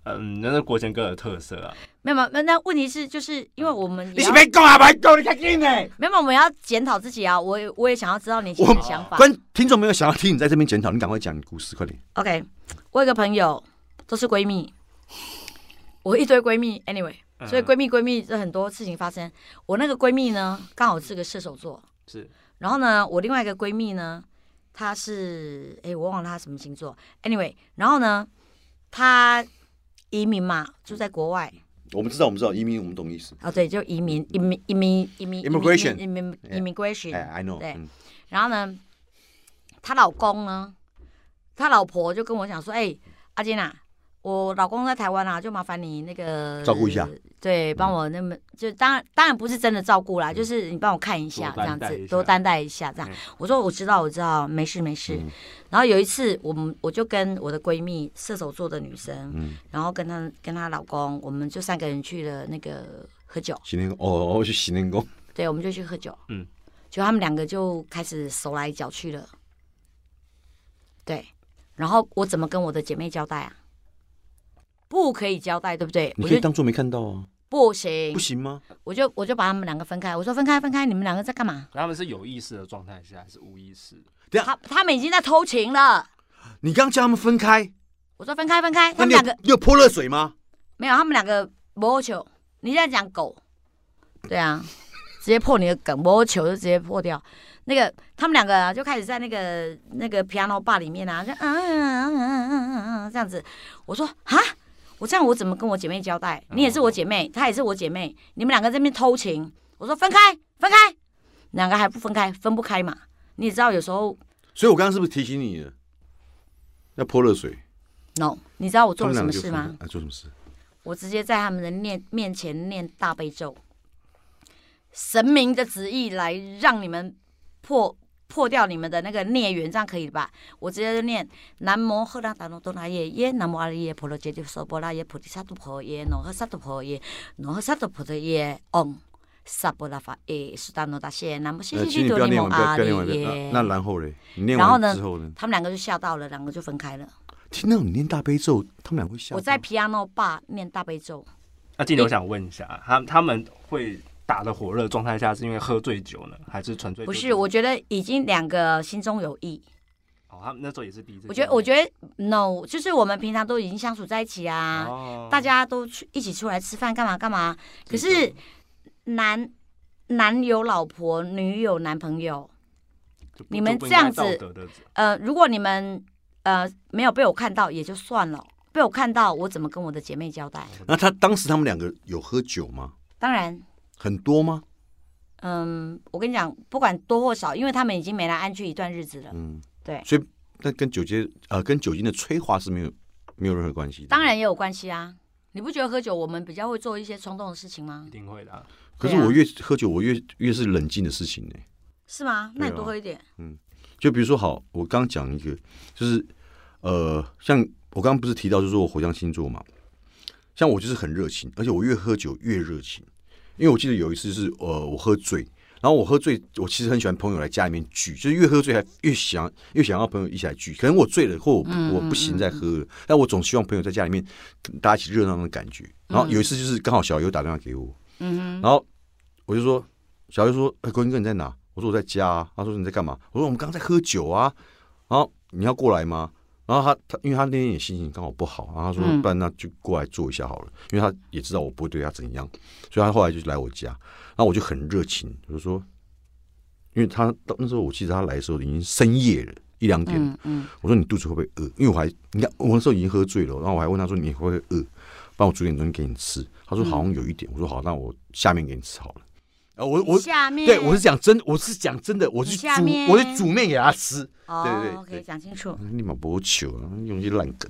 S3: 嗯，那是国贤哥的特色啊。
S1: 没有，没有那那问题是就是因为我们也
S2: 你是
S1: 要
S2: 别讲啊，别讲，你看见呢？
S1: 没有，我们要检讨自己啊。我也我也想要知道你以前
S2: 我
S1: 的想法。
S2: 观听众没有想要听你在这边检讨，你赶快讲你故事，快点。
S1: OK，我有个朋友都是闺蜜，我一堆闺蜜，anyway，
S3: 嗯
S1: 所以闺蜜闺蜜这很多事情发生。我那个闺蜜呢，刚好是个射手座，
S3: 是
S1: 然后呢，我另外一个闺蜜呢，她是诶，我忘了她什么星座，anyway，然后呢，她移民嘛，住在国外
S2: 我们知道，我们知道，移民我们懂意思。
S1: 啊，对，就移民移民移民移民移民
S2: Immigration
S1: 移民 immigration，
S2: 哎，I know，
S1: 对
S2: 嗯
S1: 然后呢，她老公呢，她老婆就跟我讲说：“哎、阿金啊，我老公在台湾啊，就麻烦你那个
S2: 照顾一下，嗯
S1: 对，帮我那么、就当然当然不是真的照顾啦，就是你帮我看一下
S3: 多
S1: 这样
S3: 担待一
S1: 子，
S3: 下
S1: 多担待一下这样。
S3: 嗯
S1: 我说我知道我知道，没事没事。
S2: 嗯
S1: 然后有一次，我们我就跟我的闺蜜射手座的女生，
S2: 嗯，
S1: 然后跟她跟她老公，我们就三个人去了那个喝酒。
S2: 洗练工，哦，哦去洗练工，
S1: 对，我们就去喝酒。
S3: 嗯，
S1: 就他们两个就开始手来脚去了。对，然后我怎么跟我的姐妹交代啊？不可以交代，对不对？
S2: 你
S1: 我
S2: 可以
S1: 就
S2: 当做没看到啊，
S1: 不行，
S2: 不行吗？
S1: 我就我就把他们两个分开。我说分开，分开，你们两个在干嘛？
S3: 他们是有意识的状态下，还是无意识？
S1: 他他们已经在偷情了。
S2: 你刚叫他们分开，
S1: 我说分开，分开，他
S2: 那
S1: 们
S2: 你有
S1: 两个
S2: 你有泼热水吗？
S1: 没有，他们两个摸球。你在讲狗？对啊，直接破你的梗，摸球就直接破掉。那个他们两个啊就开始在那个那个 piano bar 里面啊，就嗯嗯嗯嗯嗯嗯嗯这样子。我说啊，我这样我怎么跟我姐妹交代？
S2: 哦
S1: 你也是我姐妹，她也是我姐妹，你们两个在那边偷情。我说分开，分开，两个还不分开，分不开嘛。你也知道有时候
S2: 所以我刚刚是不是提醒你了？要泼热水，
S1: no，你知道我
S2: 他
S1: 做
S2: 们
S1: 了什么事
S2: 两个就分
S1: 吗
S2: 开？？啊，做什么事？
S1: 我直接在他们的面面前念大悲咒，神明的旨意来让你们破破掉你们的那个孽缘，这样可以吧？我直接就念南无赫拉达罗多那耶耶，南无阿利耶婆罗揭谛娑婆那耶菩提萨埵婆耶，摩诃萨埵婆耶，摩诃萨埵婆耶，唵。萨婆拉法耶，苏达诺达谢，南无西
S2: 呃，
S1: 西
S2: 请
S1: 西
S2: 你不
S1: 多
S2: 要
S1: 尼
S2: 念
S1: 摩
S2: 完，不要
S1: 阿
S2: 不要
S1: 利
S2: 念完，不要
S1: 耶。
S2: 那那然后嘞，你念
S1: 然后
S2: 完
S1: 呢
S2: 之后呢？
S1: 他们两个就吓到了，两个就分开了。
S2: 听到你念大悲咒，他们俩会吓到。
S1: 我在 piano bar 念大悲咒，
S3: 那静姐，我想问一下，他他们会打的火热状态下，是因为喝醉酒呢，还是纯粹
S1: 不
S3: 就
S1: 是，我觉得已经两个心中有意，
S3: 哦，他们那时候也是第一次见面。
S1: 我觉得，我觉得 no，就是我们平常都已经相处在一起啊，
S3: 哦
S1: 大家都去一起出来吃饭干嘛干嘛。可
S3: 是的
S1: 是男男有老婆，女有男朋友。
S3: 就不
S1: 你们
S3: 就不应
S1: 这样子
S3: 该道德的
S1: 呃，如果你们呃没有被我看到也就算了，被我看到我怎么跟我的姐妹交代？
S2: 那他当时他们两个有喝酒吗？
S1: 当然，
S2: 很多吗？
S1: 嗯，我跟你讲，不管多或少，因为他们已经没来安居一段日子了。
S2: 嗯，
S1: 对
S2: 所以那跟酒精呃跟酒精的催化是没有没有任何关系的。
S1: 当，然也有关系啊，你不觉得喝酒我们比较会做一些冲动的事情吗
S3: 一？定会的啊。
S2: 可是
S1: 对啊
S2: 我越喝酒，我越越是冷静的事情呢、
S1: 是吗？那你
S2: 对啊
S1: 多喝一点。
S2: 就比如说，好，我刚讲一个，就是呃，像我刚刚不是提到，就是说我火象星座嘛，像我就是很热情，而且我越喝酒越热情。因为我记得有一次是呃，我喝醉，然后我喝醉，我其实很喜欢朋友来家里面聚，就是越喝醉还越想越想要朋友一起来聚。可能我醉了或我不我不行再喝了，但我总希望朋友在家里面大家一起热闹的感觉。然后有一次就是刚好小优打电话给我，嗯，然后我就说小优说：“哎，国英哥你在哪？”我说：“我在家、啊。”他说：“你在干嘛？”我说：“我们刚刚在喝酒啊。”然后你要过来吗？然后他他，因为他那天也心情刚好不好，然后他说，
S1: 嗯
S2: 不然那就过来坐一下好了，因为他也知道我不会对他怎样，所以他后来就来我家，然后我就很热情，我就说，因为他到那时候我记得他来的时候已经深夜了，一两点了，
S1: 嗯嗯，
S2: 我说你肚子会不会饿？因为我还你看我那时候已经喝醉了，然后我还问他说你会不会饿？帮我煮点东西给你吃。
S1: 嗯
S2: 他说好像有一点，我说好，那我下面给你吃好了。啊，我我
S1: 下面
S2: 对我是讲真，我是讲真的，我是
S1: 你
S2: 煮
S1: 下面
S2: 我是煮面给他吃。对对
S1: 哦
S2: 对
S1: ，OK，讲清楚。
S2: 立马不球啊，用一些烂梗。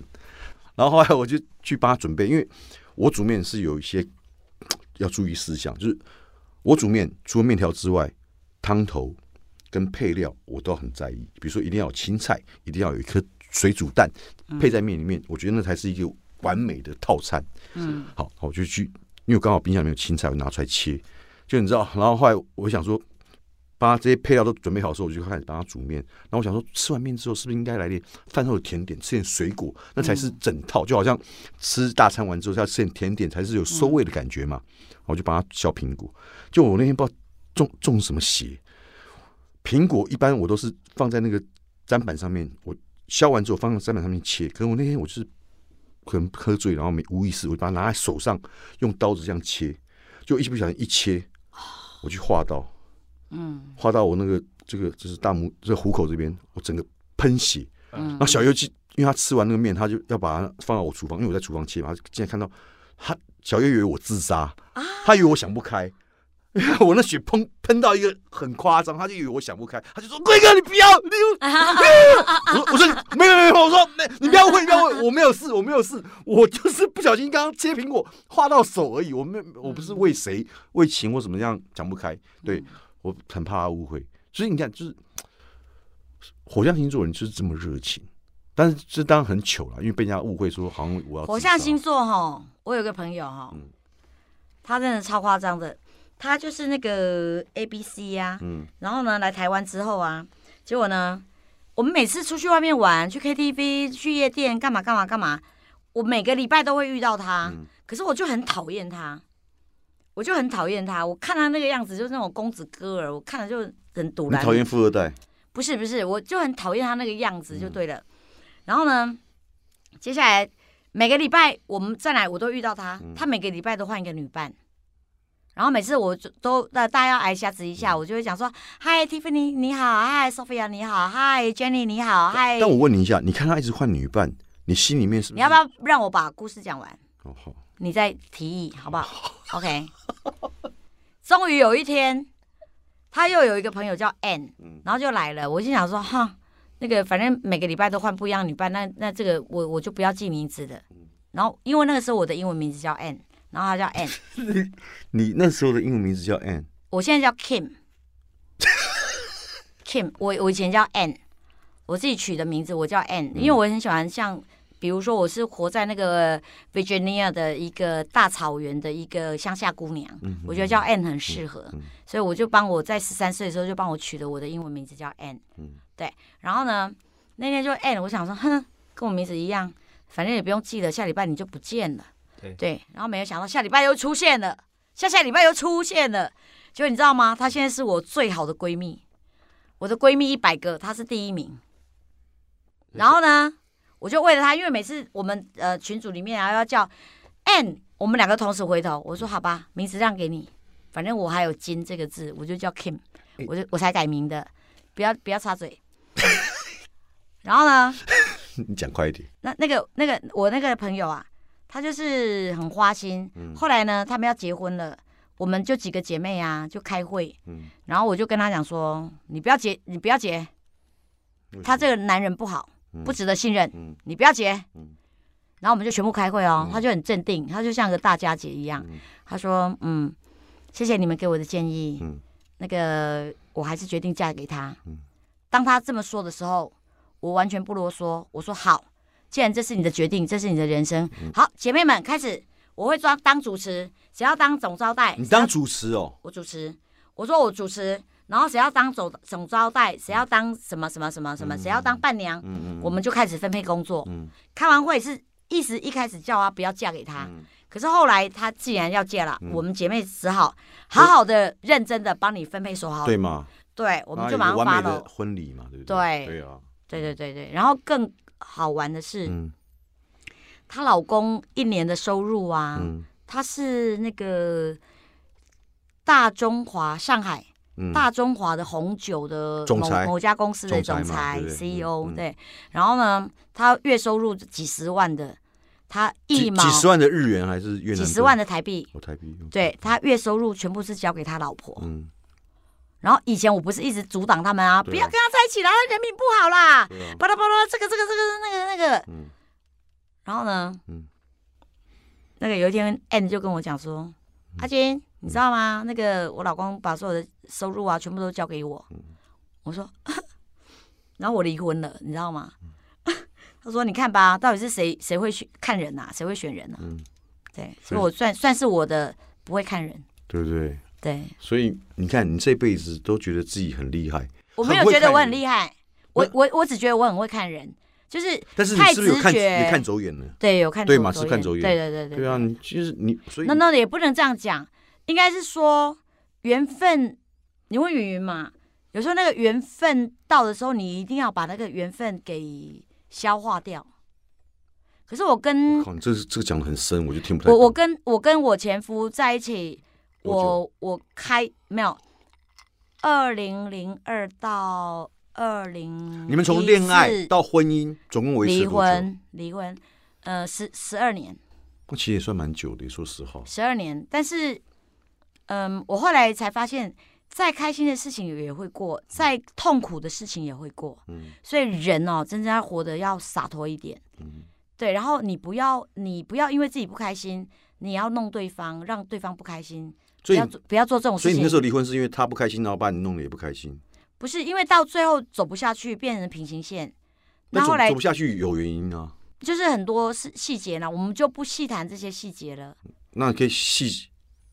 S2: 然后后来我就去帮他准备，因为我煮面是有一些要注意事项，就是我煮面除了面条之外，汤头跟配料我都很在意，比如说一定要有青菜，一定要有一颗水煮蛋配在面里面，我觉得那才是一个完美的套餐。
S1: 嗯，
S2: 好，好我就去，因为刚好冰箱里面有青菜，我拿出来切。就你知道，然后后来我想说，把这些配料都准备好的时候，我就开始帮他煮面。然后我想说，吃完面之后是不是应该来点饭后的甜点，吃点水果，那才是整套，就好像吃大餐完之后要吃点甜点才是有收尾的感觉嘛。我就帮他削苹果，就我那天不知道中中什么邪，苹果一般我都是放在那个砧板上面，我削完之后放在砧板上面切。可是我那天我就是可能喝醉，然后没无意识，我就把它拿在手上，用刀子这样切，就一不小心一切，我去划刀，嗯，划到我那个这个就是大拇这虎口这边，我整个喷血。
S3: 嗯
S1: 啊
S2: 那小尤记，因为他吃完那个面，他就要把它放到我厨房，因为我在厨房切嘛，他竟然看到他小尤以为我自杀，他以为我想不开。 因为我那血喷喷到一个很夸张，他就以为我想不开，他就说：“贵哥，你不要，你不我说我说你没有没有，没有我说没，你不要问，不要问，我没有事，我没有事，我就是不小心刚刚切苹果划到手而已，我没有我不是为谁为情或怎么样讲不开，对我很怕他误会，所以你看，就是火象星座人就是这么热情，但是这当然很糗了，因为被人家误会说好像我要
S1: 火
S2: 自杀
S1: 象星座哈，我有个朋友哈，
S2: 嗯
S1: 他真的超夸张的，他就是那个 A B C 呀、
S2: 嗯
S1: 然后呢来台湾之后啊，结果呢，我们每次出去外面玩，去 K T V、去夜店，干嘛干嘛干嘛，我每个礼拜都会遇到他，
S2: 嗯
S1: 可是我就很讨厌他，我就很讨厌他，我看他那个样子就是那种公子哥儿，我看了就很堵
S2: 你
S1: 然。
S2: 讨厌富二代，
S1: 不是不是，我就很讨厌他那个样子
S2: 嗯
S1: 就对了。然后呢，接下来每个礼拜我们再来，我都遇到他，
S2: 嗯
S1: 他每个礼拜都换一个女伴。然后每次我就都大大家要挨瞎子一
S2: 嗯
S1: 下，我就会讲说：“嗨，Tiffany 你好，嗨，Sophia 你好，嗨，Jenny 你好，嗨。”
S2: 但我问你一下，你看他一直换女伴，你心里面是
S1: 哎你要不
S2: 要？
S1: 要让我把故事讲完？
S2: 哦好，
S1: 你再提议好不好？OK。终于有一天，他又有一个朋友叫 N，
S2: 嗯
S1: 然后就来了。我心想说，哈，那个反正每个礼拜都换不一样的女伴，那那这个我我就不要记名字了。然后因为那个时候我的英文名字叫 N，然后他叫 N，
S2: 你那时候的英文名字叫 Anne，
S1: 我现在叫 Kim。Kim，我我以前叫 N，我自己取的名字我叫 N，因为我很喜欢像，比如说我是活在那个 Virginia 的一个大草原的一个乡下姑娘，我觉得叫 N 很适合，
S2: 嗯
S1: 所以我就帮我在十三岁的时候就帮我取了我的英文名字叫 N，、
S2: 嗯
S1: 对，然后呢那天就 N，我想说，哼，跟我名字一样，反正也不用记了，下礼拜你就不见了，
S3: 对
S1: 然后没有想到下礼拜又出现了，下下礼拜又出现了，结果你知道吗？她现在是我最好的闺蜜，我的闺蜜一百个，她是第一名。然后呢，我就为了她，因为每次我们呃群组里面啊要叫 N，我们两个同时回头，我说好吧，名字让给你，反正我还有金这个字，我就叫 Kim，我就我才改名的，不要不要插嘴。 然后呢，
S2: 你讲快一点。
S1: 那那个那个我那个朋友啊，她就是很花心。后来呢，他们要结婚了，我们就几个姐妹啊，就开会。
S2: 嗯
S1: 然后我就跟她讲说，你不要结，你不要结，他这个男人不好，不值得信任，
S2: 嗯
S1: 你不要结。
S2: 嗯
S1: 然后我们就全部开会哦，他就很镇定，他就像个大家姐一样。
S2: 嗯
S1: 他说：“嗯，谢谢你们给我的建议，
S2: 嗯
S1: 那个我还是决定嫁给他。
S2: 嗯
S1: 当他这么说的时候，我完全不啰嗦，我说：“好，既然这是你的决定，这是你的人生，
S2: 嗯
S1: 好，姐妹们开始，我会抓当主持，谁要当总招待，
S2: 你
S1: 谁要
S2: 当主持哦，
S1: 我主持，我说我主持，然后谁要当总总招待，谁要当什么什么什么什么，谁要当伴娘，
S2: 嗯
S1: 我们就开始分配工作。
S2: 嗯
S1: 开完会是意思一开始叫啊她不要嫁给他，
S2: 嗯
S1: 可是后来她既然要嫁了，
S2: 嗯
S1: 我们姐妹只好好好的、认真的帮你分配说好。
S2: 对嘛？
S1: 对，我
S2: 我
S1: 们就马上
S2: 完
S1: 发
S2: 美的
S1: 了。
S2: 婚礼嘛，对不
S1: 对
S2: 对？对啊，
S1: 对对对对，然后更好玩的是，
S2: 嗯
S1: 她、老公一年的收入啊，
S2: 嗯
S1: 他是那个大中华上海
S2: 嗯
S1: 大中华的红酒的
S2: 总
S1: 某
S2: 裁
S1: 某家公司的
S2: 总
S1: 总
S2: 裁
S1: 裁
S2: 嘛对不对
S1: CEO
S2: 嗯嗯
S1: 对，然后呢，他月收入几十万的，他一
S2: 几
S1: 毛
S2: 几十万的日元啊还是越南
S1: 几
S2: 盾
S1: 十万的台币，
S2: 哦台币，
S1: 对他月收入全部是交给他老婆。
S2: 嗯，
S1: 然后以前我不是一直阻挡他们啊，
S2: 对啊
S1: 不要跟他在一起啦，他人品不好啦，
S2: 对啊，
S1: 巴拉巴拉，这个这个这个那个那个，
S2: 嗯
S1: 然后呢，
S2: 嗯
S1: 那个有一天 N 就跟我讲说，
S2: 嗯
S1: 阿金，你知道吗？那个我老公把所有的收入啊，全部都
S2: 嗯嗯
S1: 交给我。我说，然后我离婚了，你知道吗？ 他说：“你看吧，到底是谁谁会去看人呐、谁会选人呐、啊
S2: 嗯
S1: 对，
S2: 所
S1: 所
S2: 以
S1: 以我算算是我的不会看人。
S2: 对不对？
S1: 对
S2: 所以你看，你这辈子都觉得自己很厉害，
S1: 我没有
S2: 很会
S1: 觉得
S2: 看
S1: 我很
S2: 人
S1: 厉害，我我我只觉得我很会看人，就是
S2: 但是你
S1: 太
S2: 是不是有看
S1: 直觉
S2: 你看走眼了？
S1: 对有看
S2: 对
S1: 走
S2: 嘛是看走眼
S1: 对对对对
S2: 对啊，。你其实你所以
S1: 那那也不能这样讲，应该是说缘分。你问云云嘛，有时候那个缘分到的时候，你一定要把那个缘分给消化掉。可是我跟
S2: 我靠，你这是这个讲的很深，我就听不太
S1: 我
S2: 懂。
S1: 我跟我跟我前夫在一起，
S2: 多久
S1: 我我开没有，二零零二到二零，
S2: 你们从恋爱到婚姻，总共维持
S1: 离
S2: 多久？
S1: 婚离婚，呃，十十二年
S2: 那其实也算蛮久的，说实话。
S1: 十二年，但是嗯，我后来才发现，再开心的事情也会过，再痛苦的事情也会过，
S2: 嗯
S1: 所以人哦，真正要活得要洒脱一点。
S2: 嗯，
S1: 对，然后你不要，你不要因为自己不开心，你要弄对方，让对方不开心，
S2: 所以
S1: 不要做不要做这种
S2: 所
S1: 事
S2: 以你
S1: 情
S2: 那时。候离婚是因为他不开心，然后把你弄得也不开心。
S1: 不是因为到最后走不下去，变成平行线。那
S2: 那
S1: 后来
S2: 走不下去有原因啊。
S1: 就是很多细细节呢，我们就不细谈这些细节了。
S2: 那可以细，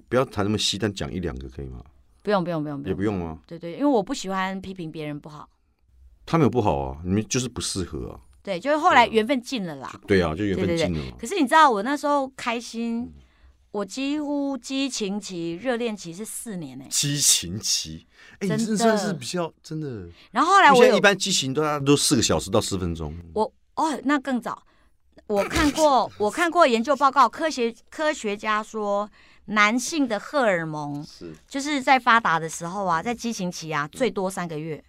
S2: 不要谈那么细，但讲一两个可以吗？
S1: 不用不用不用不
S2: 也
S1: 用
S2: 不，用吗？
S1: 对对，因为我不喜欢批评别人不好。
S2: 他没有不好啊，你们就是不适合啊。
S1: 对，就是后来
S2: 对啊
S1: 缘分尽了啦。
S2: 对啊，就缘分
S1: 对对对
S2: 尽了嘛。
S1: 可是你知道，我那时候开
S2: 嗯
S1: 心，我几乎激情期、热恋期是四年 呢、
S2: 激情期，哎、
S1: 真
S2: 你这
S1: 的
S2: 算是比较真的。
S1: 然后后来
S2: 因为
S1: 我
S2: 现在
S1: 有
S2: 一般激情都大家都四个小时到十分钟。
S1: 我哦，那更早。我看过，我看过研究报告，科学科学家说，男性的荷尔蒙
S3: 是
S1: 就是在发达的时候啊，在激情期啊，最
S2: 嗯
S1: 多三个月。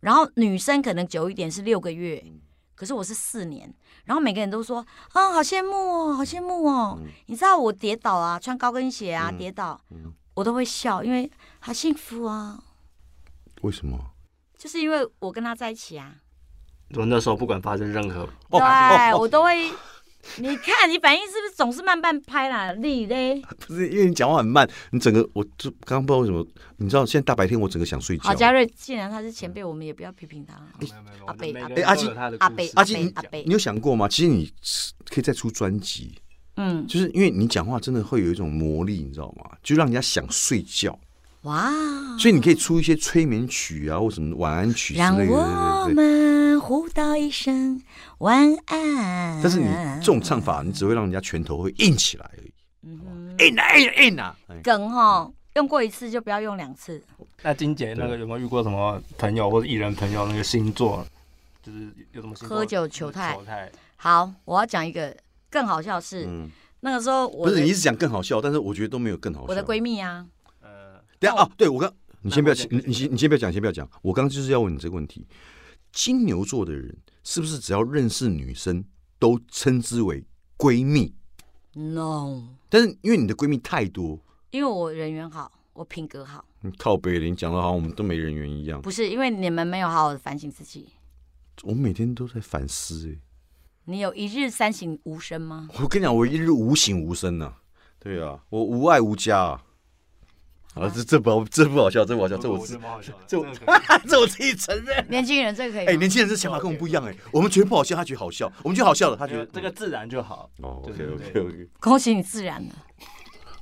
S1: 然后女生可能久一点是六个月，
S2: 嗯
S1: 可是我是四年。然后每个人都说啊、好羡慕哦，好羡慕哦。
S2: 嗯
S1: 你知道我跌倒啊，穿高跟鞋啊，
S2: 嗯
S1: 跌倒
S2: 嗯，
S1: 我都会笑，因为好幸福啊，
S2: 为什么？
S1: 就是因为我跟他在一起 啊。
S3: 我那时候不管发生任何，
S1: 对，
S2: 哦哦哦
S1: 我都 会。你看，你反应是不是总是慢半拍啦？你嘞？
S2: 不是因为你讲话很慢，你整个我就刚刚不知道为什么，你知道现在大白天我整个想睡觉
S1: 好，。嘉瑞，既然他是前
S2: 嗯
S1: 辈，我们也不要批评他。
S3: 没有没有，
S1: 阿北
S3: 每
S1: 阿
S3: 个
S2: 北
S3: 人都有他的
S1: 阿
S3: 故
S1: 北
S3: 事
S2: 阿金，
S1: 阿北
S2: 你你有想过吗？其实你可以再出专辑，
S1: 嗯，
S2: 就是因为你讲话真的会有一种魔力，你知道吗？就让人家想睡觉，
S1: 哇，
S2: 所以你可以出一些催眠曲啊，或什么晚安曲之类
S1: 让
S2: 的。对
S1: 我
S2: 对对对。
S1: 们互道一声晚安。
S2: 但是你这种唱法，你只会让人家拳头会硬起来而已，
S1: 嗯哼
S2: 硬啊硬硬啊！哎
S1: 梗哈，用过一次就不要用两次。
S3: 那金姐那个有没有遇过什么朋友或者艺人朋友那个星座，就是有什么星座
S1: 喝酒求
S3: 态？
S1: 太
S3: 求太
S1: 好，我要讲一个更好笑的事。
S2: 嗯，
S1: 那个时候
S2: 不
S1: 我
S2: 是你一
S1: 的
S2: 直讲更好笑，但是我觉得都没有更好笑。
S1: 我的闺蜜哦啊，
S3: 呃，
S2: 等一下啊，对我刚，你先不要，
S3: 那我
S2: 你你先你先不要讲，先不要讲。我刚刚就是要问你这个问题：金牛座的人是不是只要认识女生都称之为闺蜜？
S1: no，
S2: 但是因为你的闺蜜太多，
S1: 因为我人缘好，我品格好，
S2: 你靠北了，你讲的好像我们都没人缘一样。
S1: 不是因为你们没有好好的反省自己。
S2: 我每天都在反思、欸，
S1: 你有一日三省吾身吗？
S2: 我跟你讲，我一日无醒无声呐、对啊，我无爱无家啊。啊，这这不好这不好笑，这不好笑，这我
S3: 觉
S2: 自
S3: 得蛮好笑的，
S2: 这
S3: 这
S2: 我
S3: 个可 以
S2: 这我自己承认。
S1: 年轻人这个可以吗。
S2: 哎、年轻人这想法跟我们不一样哎、我们觉得不好笑，他觉得好笑；我们觉得好笑了，他觉
S3: 觉
S2: 得嗯
S3: 得这个自然就好。
S2: 哦
S3: 对对对
S2: ，OK。
S1: 恭喜你自然了。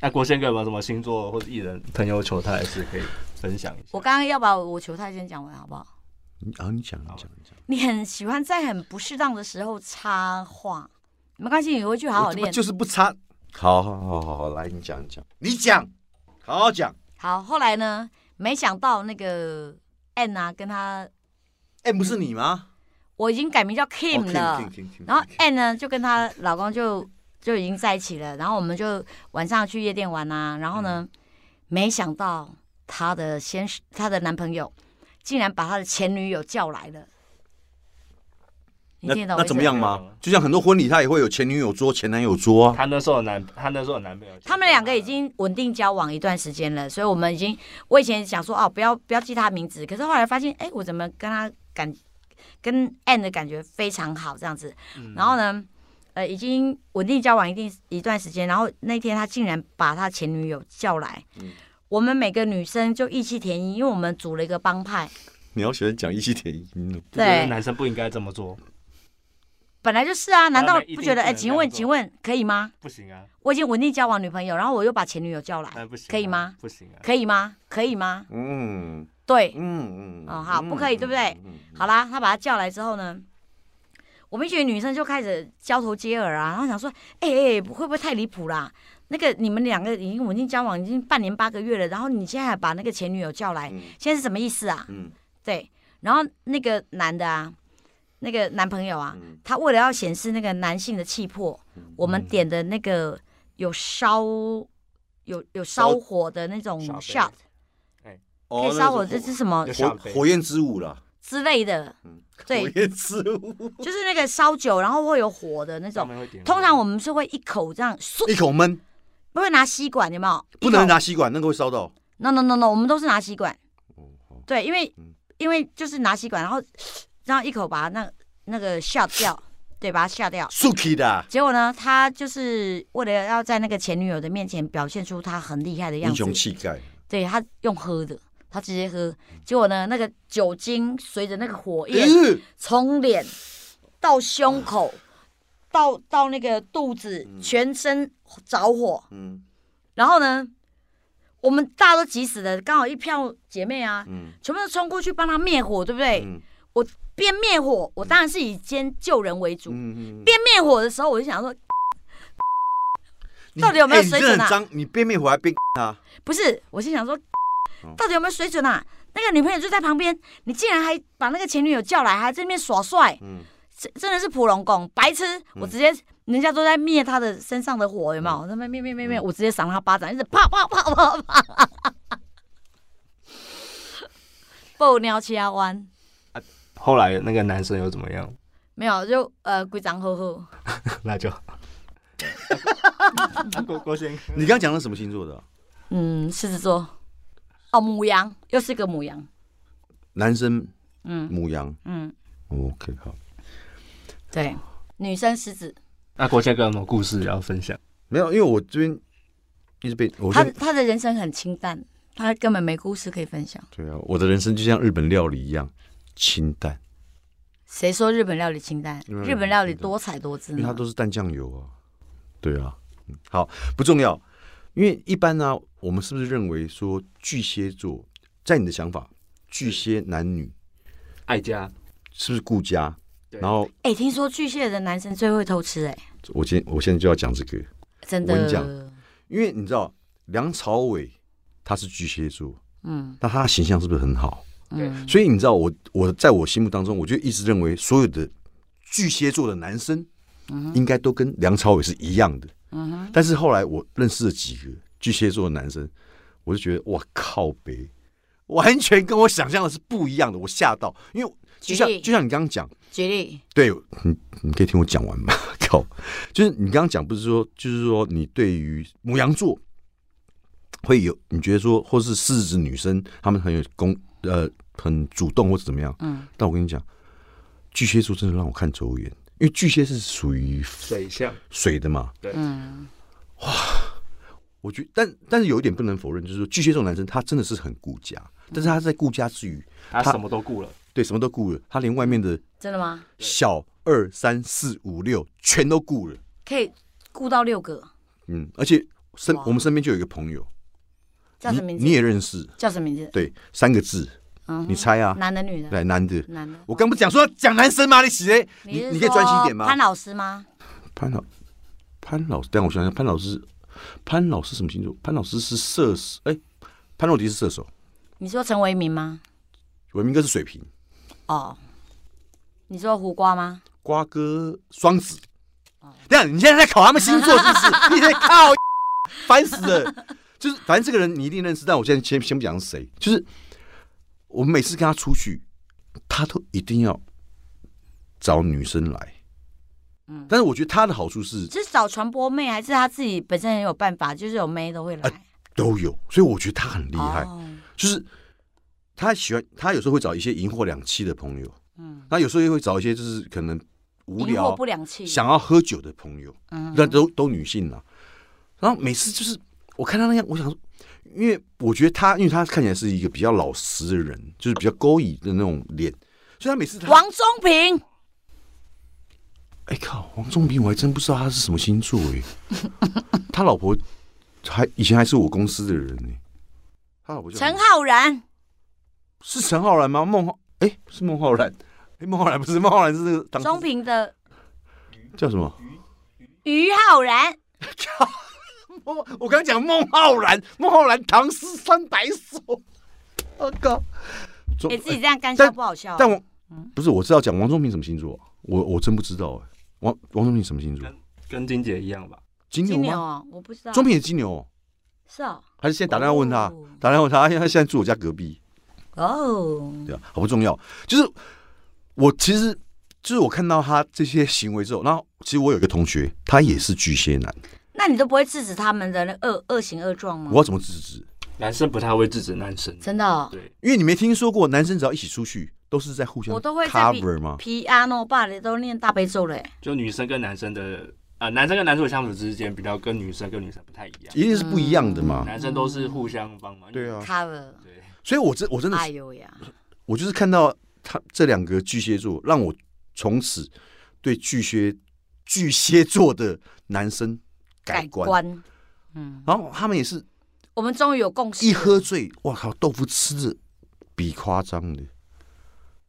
S3: 那国宪哥有没有什么星座或者艺人朋友求太是可以分享一下？
S1: 我刚刚要把我球太先讲完，好不好？
S2: 你啊，你讲，你讲，你讲，
S1: 你很喜欢在很不适当的时候插话，没关系，你回去好好
S2: 我他妈
S1: 练。
S2: 就是不差。好好好好好，来，你讲，你讲，你讲，好好讲。
S1: 好，后来呢？没想到那个 N 啊，跟他
S2: 哎、不是你吗？
S1: 我已经改名叫
S2: 哦
S1: Kim 了。
S2: Kim，Kim，Kim，Kim，Kim，
S1: 然后 N 呢，就跟她老公就就已经在一起了。然后我们就晚上去夜店玩啊。然后呢，
S2: 嗯
S1: 没想到她的先她的男朋友竟然把她的前女友叫来了。你
S2: 那
S1: 听得懂我
S2: 那
S1: 意
S2: 怎
S1: 思
S2: 么样
S1: 吗
S2: 嘛？就像很多婚礼，他也会有前女友桌、前男友桌啊。
S3: 他那时候有男，他那时候有男朋友，
S1: 他们两个已经稳定交往一段时间了，所以我们已经，我以前想说哦，不要不要记他名字，可是后来发现，哎，我怎么跟他感跟 Anne 的感觉非常好这样子，
S3: 嗯，
S1: 然后呢，呃，已经稳定交往一定一段时间，然后那天他竟然把他前女友叫来，
S2: 嗯
S1: 我们每个女生就义气填膺，因为我们组了一个帮派，
S2: 你要喜欢讲一起点音哦。
S3: 就觉得
S1: 对
S3: 男生不应该这么做，
S1: 本来就是啊，难道
S3: 那一定
S1: 不觉得？
S3: 不
S1: 哎，
S3: 能
S1: 请
S3: 这
S1: 问，
S3: 样做
S1: 请问可以吗？
S3: 不行啊，
S1: 我已经稳定交往女朋友，然后我又把前女友叫来，
S3: 那不行啊，
S1: 可以吗？
S3: 不行啊，
S1: 可以吗？可以吗？
S2: 嗯
S1: 对，
S2: 嗯嗯
S1: 哦好不可以对不对？
S2: 嗯嗯
S1: 好啦，他把她叫来之后呢，我们一群女生就开始交头接耳啊，然后想说，哎、哎、会不会太离谱啦？那个你们两个已经稳定交往已经半年八个月了，然后你现在还把那个前女友叫来，
S2: 嗯
S1: 现在是什么意思啊？
S2: 嗯
S1: 对，然后那个男的啊，那个男朋友啊，
S2: 嗯
S1: 他为了要显示那个男性的气魄，我们点的那个有烧有有烧
S2: 烧
S1: 火的那种
S3: 小
S1: shot，
S3: 杯
S1: 可
S2: 哦
S1: 以
S2: 那
S1: 烧
S2: 个
S1: 火，这是什么
S2: 火
S3: 有下杯
S2: 火焰之舞啦，
S1: 之类的，
S2: 火
S1: 对，
S2: 焰之舞，
S1: 就是那个烧酒，然后会有火的那
S3: 上
S1: 种。
S3: 面会点
S1: 通常
S3: 我
S1: 我们是会一口这样嗖，
S2: 一口闷，
S1: 不会拿吸管，有没有？
S2: 哎不能
S1: 一口。
S2: 拿吸管，那个会烧到。
S1: No No No No，我们都是拿吸管。
S2: 哦好
S1: 对，因为
S2: 嗯
S1: 因为就是拿吸管，然后然后一口把它那那个下掉，对，把它下掉。
S2: ，Suki 的啊
S1: 结果呢，他就是为了要在那个前女友的面前表现出他很厉害的样
S2: 英
S1: 子
S2: 雄，气概，
S1: 对他用喝的，他直接喝。结果呢，那个酒精随着那个火焰
S2: 咦
S1: 从脸到胸口，到到那个肚子，
S2: 嗯
S1: 全身着火。
S2: 嗯
S1: 然后呢，我们大家都急死了，刚好一票姐妹啊，
S2: 嗯
S1: 全部都冲过去帮他灭火，对不对？
S2: 嗯
S1: 边灭火，我当然是以先救人为主。
S2: 嗯，
S1: 边灭火的时候，我就想说，
S2: 你
S1: 到底有没有
S2: 哎你
S1: 水
S2: 真的
S1: 准啊
S2: 很脏，你边灭火还边啊他，
S1: 不是，我心想说
S2: 哦，
S1: 到底有没有水准啊？那个女朋友就在旁边，你竟然还把那个前女友叫来，还在那边耍帅，
S2: 嗯
S1: 真真的是普龙公白痴！我直接人家都在灭他的身上的火，有没有？我在那边灭灭灭灭，我直接赏他巴掌，一直啪啪啪啪啪， 爆尿七啊弯，
S3: 后来那个男生又怎么样？
S1: 没有就呃规章呵呵，
S3: 那 就郭郭先
S2: 你刚刚讲的什么星座的啊？
S1: 嗯，狮子座，哦母羊又是个母羊，
S2: 男生
S1: 嗯
S2: 母羊哦
S1: 嗯，
S2: ，OK 好，
S1: 对，女生狮子，
S3: 那郭先哥有没有故事要分享？
S2: 没有，因为我这边一直被我
S1: 他
S2: 先
S1: 他的人生很清淡，他根本没故事可以分享。
S2: 对啊，我的人生就像日本料理一样清淡，
S1: 谁说日本料理清淡？
S2: 嗯
S1: 日本料理多彩多姿
S2: 因为它
S1: 呢。
S2: 都是淡酱油啊。对啊，嗯好不重要，因为一般呢、我们是不是认为说巨蟹座，在你的想法，巨蟹男女
S3: 爱家，
S2: 是不是顾家？
S3: 对
S2: 然后
S1: 哎、听说巨蟹的男生最会偷吃、哎，
S2: 我今我现在就要讲这个，
S1: 真
S2: 我
S1: 的
S2: 跟你。讲因为你知道梁朝伟他是巨蟹座，
S1: 嗯
S2: 那他的形象是不是很好？
S1: 嗯，
S2: 所以你知道我我在我心目当中，我就一直认为所有的巨蟹座的男生应该都跟梁朝伟是一样的。但是后来我认识了几个巨蟹座的男生，我就觉得哇靠北，完全跟我想象的是不一样的，我吓到，因为就像
S1: 举例
S2: 就像你刚刚讲，
S1: 举例，
S2: 对，你你可以听我讲完吗？ 靠，就是你刚刚讲，不是说，就是说你对于母羊座会有，你觉得说，或是狮子女生，她们很有公呃很主动或者怎么样？
S1: 嗯，
S2: 但我跟你讲，巨蟹座真的让我看走眼，因为巨蟹是属于
S3: 水象，
S2: 水的嘛。
S3: 对
S1: 嗯，
S2: 我觉但但是有一点不能否认，就是说巨蟹座男生他真的是很顾家，但是他在顾家之余，
S3: 他
S2: 他
S3: 什么都顾了，
S2: 对什么都顾了，他连外面的
S1: 真的吗？
S2: 小二三四五六全都顾了。
S1: 可以顾到六个，
S2: 嗯，而且身
S1: 哇
S2: 我们身边就有一个朋友，
S1: 叫什么名
S2: 你
S1: 字？
S2: 你也认识，
S1: 叫什么名字？
S2: 对，三个字，
S1: 嗯
S2: 你猜啊？
S1: 男的女的？
S2: 对，男的。
S1: 男的。
S2: 我刚不讲说讲男生吗？你洗嘞？你
S1: 是
S2: 你可以专心一点
S1: 说
S2: 吗？
S1: 潘老师吗？
S2: 潘老潘老师，等一下我想想，潘老师潘老师什么星座？潘老师是射手，哎、潘若迪是射手，
S1: 你说陈为民吗？
S2: 伟明哥是水瓶，
S1: 哦，你说胡瓜吗？
S2: 瓜哥双子。
S1: 哦
S2: 等一下你现在在考他们星座是 不是？你在靠， 烦死了。就是反正这个人你一定认识，但我现在先先不讲是谁。就是我们每次跟他出去，他都一定要找女生来。
S1: 嗯
S2: 但是我觉得他的好处是
S1: 是找传播妹，还是他自己本身很有办法，就是有妹都会来？
S2: 都有，所以我觉得他啊很厉害。
S1: 哦
S2: 就是他喜欢，他有时候会找一些银货两期的朋友，
S1: 嗯
S2: 那有时候又会找一些就是可能无
S1: 淫惑
S2: 聊
S1: 不良气，
S2: 想要喝酒的朋友，
S1: 嗯
S2: 那都都女性啦。然后每次就是我看他那样，我想说，因为我觉得他，因为他看起来是一个比较老实的人，就是比较勾引的那种脸，所以他每次他
S1: 王中平，
S2: 哎、哎靠，王中平我还真不知道他是什么星座哎，他老婆还以前还是我公司的人呢，他老婆叫什么
S1: 陈浩然，
S2: 是陈浩然吗？孟浩哎是孟浩然，哎孟浩然不是孟浩然是那个当
S1: 中平的
S2: 叫什么？
S1: 于浩然，
S2: 我我刚讲孟浩然，孟浩然唐诗三百首，我靠！中
S1: 哎给自己这样干笑
S2: 但
S1: 不好笑啊。
S2: 但我不是我知道讲王中平什么星座，我我真不知道哎、王王中平什么星座？
S3: 跟金姐一样吧？
S2: 金
S1: 嗯
S2: 牛
S1: 金牛
S2: 吗？
S1: 啊，我不知道。
S2: 中平也金牛哦，
S1: 是哦，
S2: 还是现在打电话问他？
S1: 哦
S2: 打电话问他，因为他现在住我家隔壁，
S1: 哦，
S2: 对啊，好不重要。就是我其实就是我看到他这些行为之后，然后其实我有一个同学，他也是巨蟹男，
S1: 那你都不会制止他们的那恶恶行恶状吗
S2: 我？要怎么制止？
S3: 男生不太会制止男生，
S1: 真的哦，
S3: 对，
S2: 因为你没听说过，男生只要一起出去都是在互相
S1: 我都会在比
S2: cover 吗？
S1: 皮阿诺爸的都念大悲咒嘞。
S3: 就女生跟男生的啊、男生跟男生的相处之间，比较跟女生跟女生不太一样，
S2: 一定是不一样的嘛。
S3: 男生都是互相帮忙。
S2: 对啊，
S1: cover，
S3: 对，
S2: 所以我真我真的
S1: 哎
S2: 是，
S1: 呦呀，
S2: 我就是看到他这两个巨蟹座，让我从此对巨蟹巨蟹座的男生改观。
S1: 观，嗯，
S2: 然后他们也是
S1: 我们终于有共识了。
S2: 一喝醉，哇靠，豆腐吃的比夸张的，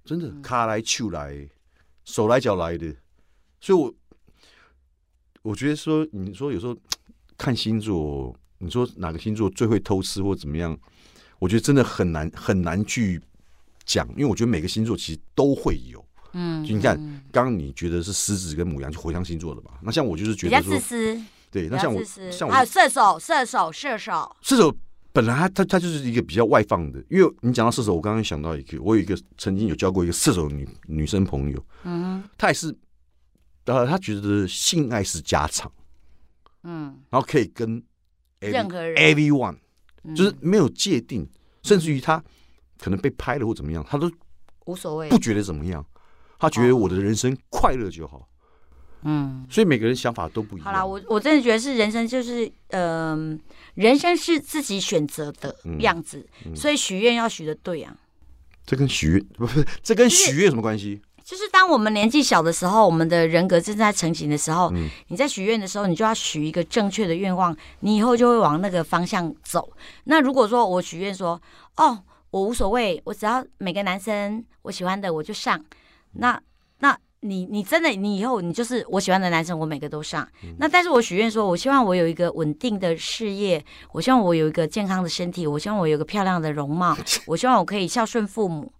S2: 真
S1: 嗯
S2: 的，卡来球来，手来脚来的。所以我我觉得说，你说有时候看星座，你说哪个星座最会偷吃或怎么样，我觉得真的很难很难去讲，因为我觉得每个星座其实都会有。
S1: 嗯，
S2: 就你看
S1: 嗯，
S2: 刚刚你觉得是狮子跟母羊，就火象星座的嘛？那像我就是觉
S1: 比较
S2: 得说
S1: 自，私，
S2: 对，
S1: 比
S2: 那
S1: 较
S2: 像我
S1: 自私，
S2: 像我
S1: 还有射手，射手，射手，
S2: 射手本来他他他就是一个比较外放的，因为你讲到射手，我刚刚想到一个，我有一个曾经有交过一个射手女女生朋友，
S1: 嗯
S2: 她也是，呃，她觉得性爱是家常，
S1: 嗯，
S2: 然后可以跟 every,
S1: 任何人
S2: everyone，
S1: 嗯
S2: 就是没有界定，甚至于她可能被拍了或怎么样，她都
S1: 无所谓
S2: 不，觉得怎么样，她觉得我的人生快乐就好，
S1: 嗯。
S2: 所以每个人想法都不一
S1: 好啦，
S2: 样。
S1: 我我真的觉得是人生，就是嗯、人生是自己选择的
S2: 嗯
S1: 样子，所以许愿要许的对啊。
S2: 这跟许愿不是这跟
S1: 就是
S2: 许愿有什么关系？
S1: 就是当我们年纪小的时候，我们的人格正在成型的时候，你在许愿的时候，你就要许一个正确的愿望，你以后就会往那个方向走。那如果说我许愿说，哦，我无所谓，我只要每个男生我喜欢的我就
S2: 嗯
S1: 上，那那你你真的你以后你就是我喜欢的男生，我每个都上。
S2: 嗯
S1: 那但是我许愿说，我希望我有一个稳定的事业，我希望我有一个健康的身体，我希望我有一个漂亮的容 貌，我希望我可以孝顺父母，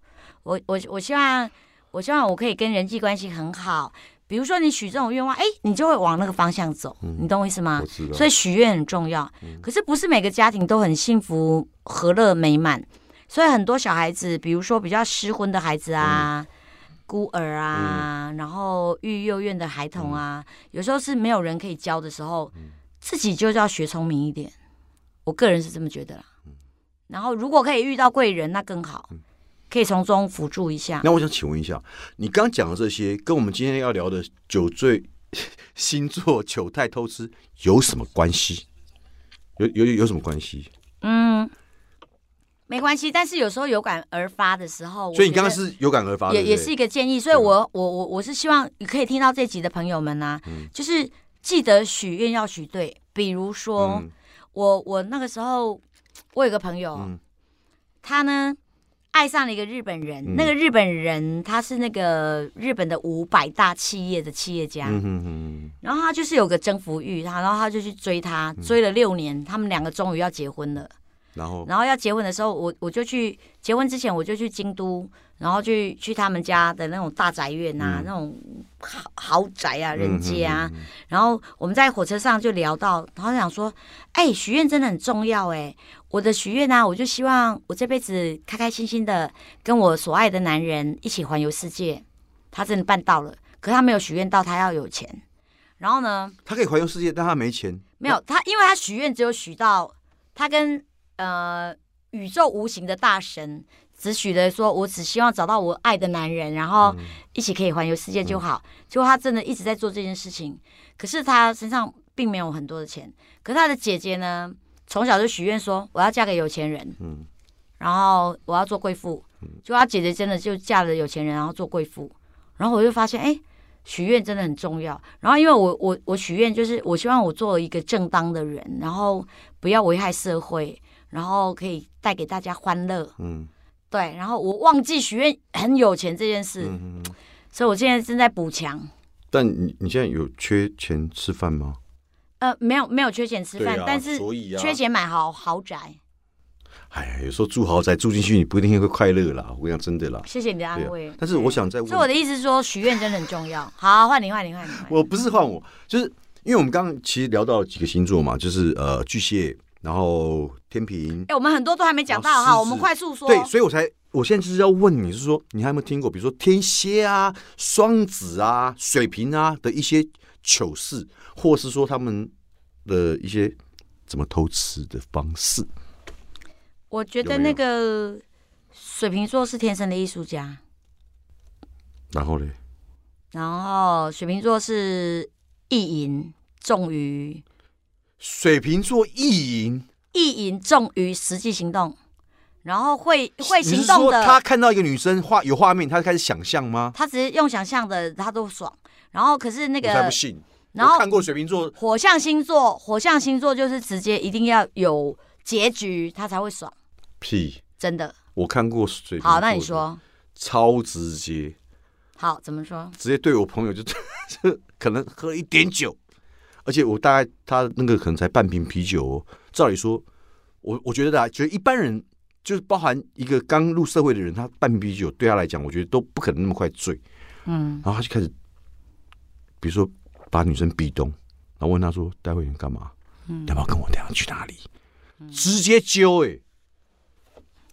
S1: 我我我希望。我希望我可以跟人际关系很好。比如说你许这种愿望，哎、你就会往那个方向走，
S2: 嗯
S1: 你懂我意思吗
S2: 我？知道，
S1: 所以许愿很重要，
S2: 嗯
S1: 可是不是每个家庭都很幸福、和乐、美满，所以很多小孩子，比如说比较失婚的孩子
S2: 嗯
S1: 啊、孤儿啊，然后育幼院的孩童啊，
S2: 嗯
S1: 有时候是没有人可以教的时候，自己就是要学聪明一点。我个人是这么觉得啦。
S2: 嗯
S1: 然后如果可以遇到贵人，那更好，可以从中辅助一下。
S2: 那我想请问一下，你刚讲的这些跟我们今天要聊的酒醉、 星座、糗态偷吃有什么关系？有有有什么关系？
S1: 嗯，没关系，但是有时候有感而发的时候，我
S2: 所以你
S1: 觉
S2: 刚
S1: 得
S2: 刚是有感而
S1: 也
S2: 发，啊对不
S1: 也
S2: 对嗯
S1: 是一个建议，所以
S2: 对
S1: 我我我我是希望可以听到这集的朋友们呢、
S2: 嗯
S1: 就是记得许愿要许对，比如说、
S2: 嗯
S1: 我我那个时候我有个朋友，
S2: 嗯
S1: 他呢爱上了一个日本人，
S2: 嗯
S1: 那个日本人他是那个日本的五百大企业的企业家，
S2: 嗯哼哼
S1: 然后他就是有个征服欲，他然后他就去追他，
S2: 嗯
S1: 追了六年，他们两个终于要结婚了。
S2: 然后
S1: 然后要结婚的时候，我我就去结婚之前，我就去京都，然后去去他们家的那种大宅院啊，
S2: 嗯
S1: 那种豪豪宅啊，人家、啊。然后我们在火车上就聊到，然后想说，哎、许愿真的很重要哎、我的许愿呢、我就希望我这辈子开开心心的，跟我所爱的男人一起环游世界。他真的办到了，可他没有许愿到他要有钱。然后呢，
S2: 他可以环游世界，但他没钱。
S1: 没有他，因为他许愿只有许到他跟呃宇宙无形的大神只许了说，我只希望找到我爱的男人，然后
S2: 嗯
S1: 一起可以环游世界就好。结果他真的一直在做这件事情，可是他身上并没有很多的钱。可是他的姐姐呢，从小就许愿说我要嫁给有钱人，
S2: 嗯
S1: 然后我要做贵妇。就他姐姐真的就嫁了有钱人，然后做贵妇。然后我就发现，哎，许愿真的很重要。然后因为我我我许愿就是我希望我做一个正当的人，然后不要危害社会，然后可以带给大家欢乐。
S2: 嗯
S1: 对，然后我忘记许愿很有钱这件事，
S2: 嗯，嗯
S1: 所以我现在正在补强。
S2: 但你你现在有缺钱吃饭吗？
S1: 呃，没有没有缺钱吃饭，但是
S2: 啊以
S1: 缺。钱买豪豪宅。
S2: 哎呀，有时候住豪宅住进去，你不一定会快乐啦。我跟你讲，真的啦。
S1: 谢谢你的安
S2: 对
S1: 慰
S2: 啊。，但是我
S1: 对。
S2: 想再
S1: 所以我
S2: 问，
S1: 的意思是说，许愿真的很重要。好，换你，换你，换你。换你
S2: 我不是换我，就是因为我们刚刚其实聊到几个星座嘛，就是呃巨蟹，然后天平，
S1: 哎、我们很多都还没讲到
S2: 然后狮
S1: 哈，
S2: 子
S1: 我们快速说。
S2: 哦对，所以我才我现在就是要问你是说，你还有没有听过，比如说天蝎啊、双子啊、水瓶啊的一些糗事，或是说他们的一些怎么偷吃的方式？
S1: 我觉得
S2: 有没
S1: 那
S2: 有
S1: 个水瓶座是天生的艺术家，
S2: 然后嘞，
S1: 然后水瓶座是意淫重于
S2: 水瓶座意淫，
S1: 意淫重于实际行动，然后会会
S2: 你是
S1: 行动
S2: 说
S1: 的，
S2: 他看到一个女生画有画面，他就开始想象吗？
S1: 他只是用想象的，他都爽。然后可是那
S2: 我才
S1: 个
S2: 不，信。
S1: 然
S2: 我
S1: 后
S2: 看过水瓶座，
S1: 火象星座，火象星座就是直接一定要有结局，他才会爽，
S2: 屁，
S1: 真的。
S2: 我看过水瓶座。
S1: 好，那你，说，
S2: 超直接，
S1: 好怎么说？
S2: 直接对我朋友就 就可能喝了一点酒，而且我大概他那个可能才半瓶啤酒哦。照理说，我我觉得啊，觉得一般人就是包含一个刚入社会的人，他半瓶啤酒对他来讲，我觉得都不可能那么快醉。
S1: 嗯，
S2: 然后他就开始，比如说把女生壁咚，然后问他说：“待会你干嘛？要不要跟我等一下去哪里？”直接揪哎、欸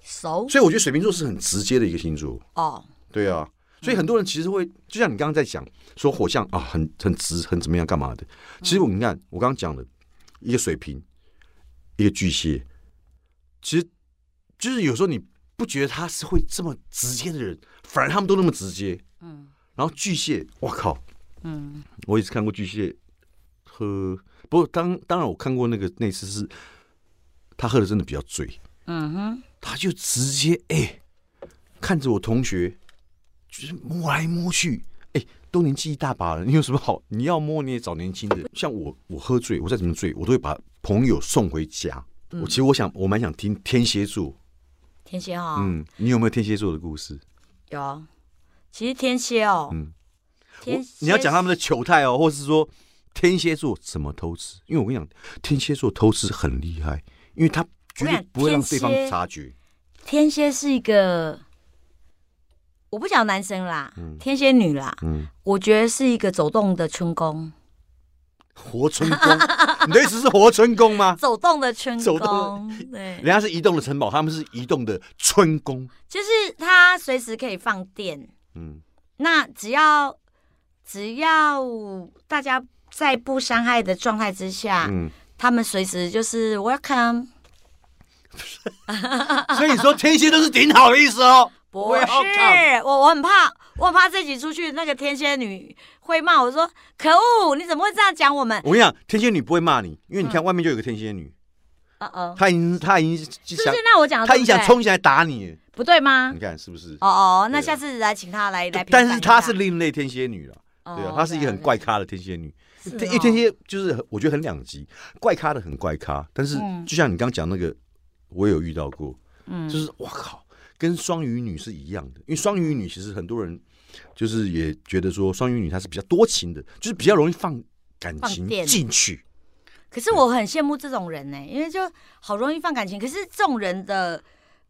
S1: 熟
S2: 所以我觉得水瓶座是很直接的一个星座。
S1: 哦，
S2: 对啊，所以很多人其实会，就像你刚刚在讲说火象啊，很很直，很怎么样，干嘛的？其实我你看，我刚刚讲的一个水瓶，一个巨蟹，其实就是有时候你不觉得他是会这么直接的人，反而他们都那么直接。
S1: 嗯
S2: 然后巨蟹，我靠，
S1: 嗯，
S2: 我也是看过巨蟹喝，不过当当然我看过那个那次是他喝的真的比较醉，
S1: 嗯哼，
S2: 他就直接哎、看着我同学，就是摸来摸去，哎、都年纪一大把了，你有什么好？你要摸你也找年轻的。像我，我喝醉，我再怎么醉，我都会把朋友送回家。
S1: 嗯
S2: 我其实我想，我蛮想听天蝎座，
S1: 天蝎哈、
S2: 嗯，你有没有天蝎座的故事？
S1: 有，其实天蝎哦，
S2: 嗯
S1: 天蝎
S2: 我你要讲他们的糗态哦，或是说天蝎座怎么偷吃？因为我跟你讲，天蝎座偷吃很厉害，因为他绝对不会让对方
S1: 天蝎
S2: 察觉。
S1: 天蝎是一个，我不讲男生啦，天蝎女啦，
S2: 嗯，
S1: 我觉得是一个走动的春宫，
S2: 活春宫， 你的意思是活春宫吗？
S1: 走动的春
S2: 走
S1: 宫
S2: 动，
S1: 对
S2: 人，家是移动的城堡，他们是移动的春宫。
S1: 就是它随时可以放电，
S2: 嗯，
S1: 那只要只要大家在不伤害的状态之下，
S2: 嗯，
S1: 他们随时就是 welcome，
S2: 所以你说天蝎都是顶好的意思哦。
S1: 不是
S2: Welcome
S1: 我，我很怕，我很怕这集出去那个天蝎女会骂我说：“可恶，你怎么会这样讲我们
S2: 我跟你讲，天蝎女不会骂你，因为你看外面就有个天蝎女，？”
S1: 哦哦，
S2: 她已经她已经
S1: 就是
S2: 想
S1: 那我讲的
S2: 她
S1: 对
S2: 已经
S1: 不对
S2: 想冲进来打你，
S1: 不对吗
S2: 你？看是不是？
S1: 哦哦，那
S2: 对啊
S1: 下次来请她来来评判一
S2: 但
S1: 下，
S2: 是她是另类天蝎女了，
S1: 哦，
S2: 对啊，她是一个很怪咖的天蝎女。
S1: 对，是
S2: 天因为天
S1: 哦
S2: 蝎就是很我觉得很两极，怪咖的很怪咖，但是
S1: 嗯
S2: 就像你刚讲那个，我也有遇到过，
S1: 嗯
S2: 就是哇靠，跟双鱼女是一样的，因为双鱼女其实很多人就是也觉得说双鱼女她是比较多情的，就是比较容易放感情
S1: 放电
S2: 进去，
S1: 可是我很羡慕这种人呢、因为就好容易放感情。可是这种人的，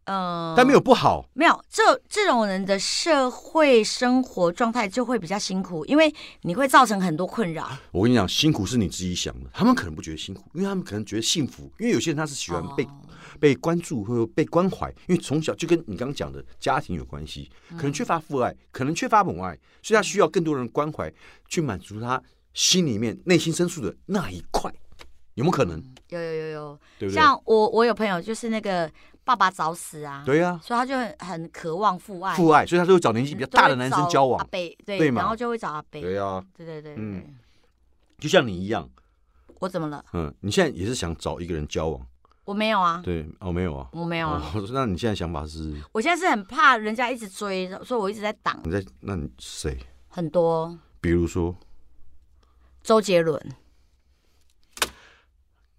S1: 呃，
S2: 但没有不好，
S1: 没有这这种人的社会生活状态就会比较辛苦，因为你会造成很多困扰。
S2: 我跟你讲，辛苦是你自己想的，他们可能不觉得辛苦，因为他们可能觉得幸福，因为有些人他是喜欢被、
S1: 哦
S2: 被关注或被关怀，因为从小就跟你刚刚讲的家庭有关系，
S1: 嗯
S2: 可能缺乏父爱，可能缺乏母爱，所以他需要更多人关怀，去满足他心里面内心深处的那一块，有没有可能？
S1: 有有有有，
S2: 对不
S1: 嗯
S2: 对？
S1: 像我我有朋友就是那个爸爸早死啊，
S2: 对啊，
S1: 所以他就很很渴望父爱，嗯
S2: 父爱，所以他就会找年纪比较大的男生交
S1: 就会。找
S2: 往
S1: 阿伯对，
S2: 对嘛
S1: 然后就会找阿伯，对
S2: 对啊，
S1: 对对
S2: 嗯
S1: 对
S2: 就像你一样，
S1: 我怎么了？
S2: 嗯，你现在也是想找一个人交往，
S1: 我没有啊，
S2: 对？哦，没有啊，
S1: 我没有啊，
S2: 哦。 我说那你现在想法是
S1: 我现在是很怕人家一直追，所以我一直在挡
S2: 你在那你谁？
S1: 很多。
S2: 比如说，
S1: 周杰伦，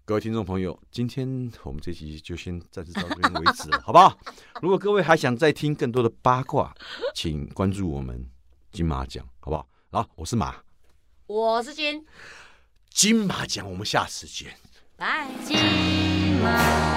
S2: 各位听众朋友，今天我们这期就先暂时到这边为止了，好不好？如果各位还想再听更多的八卦，请关注我们金马奖，好不好？好，我是马，
S1: 我是金，
S2: 金马奖，我们下次见。
S1: 拜金马。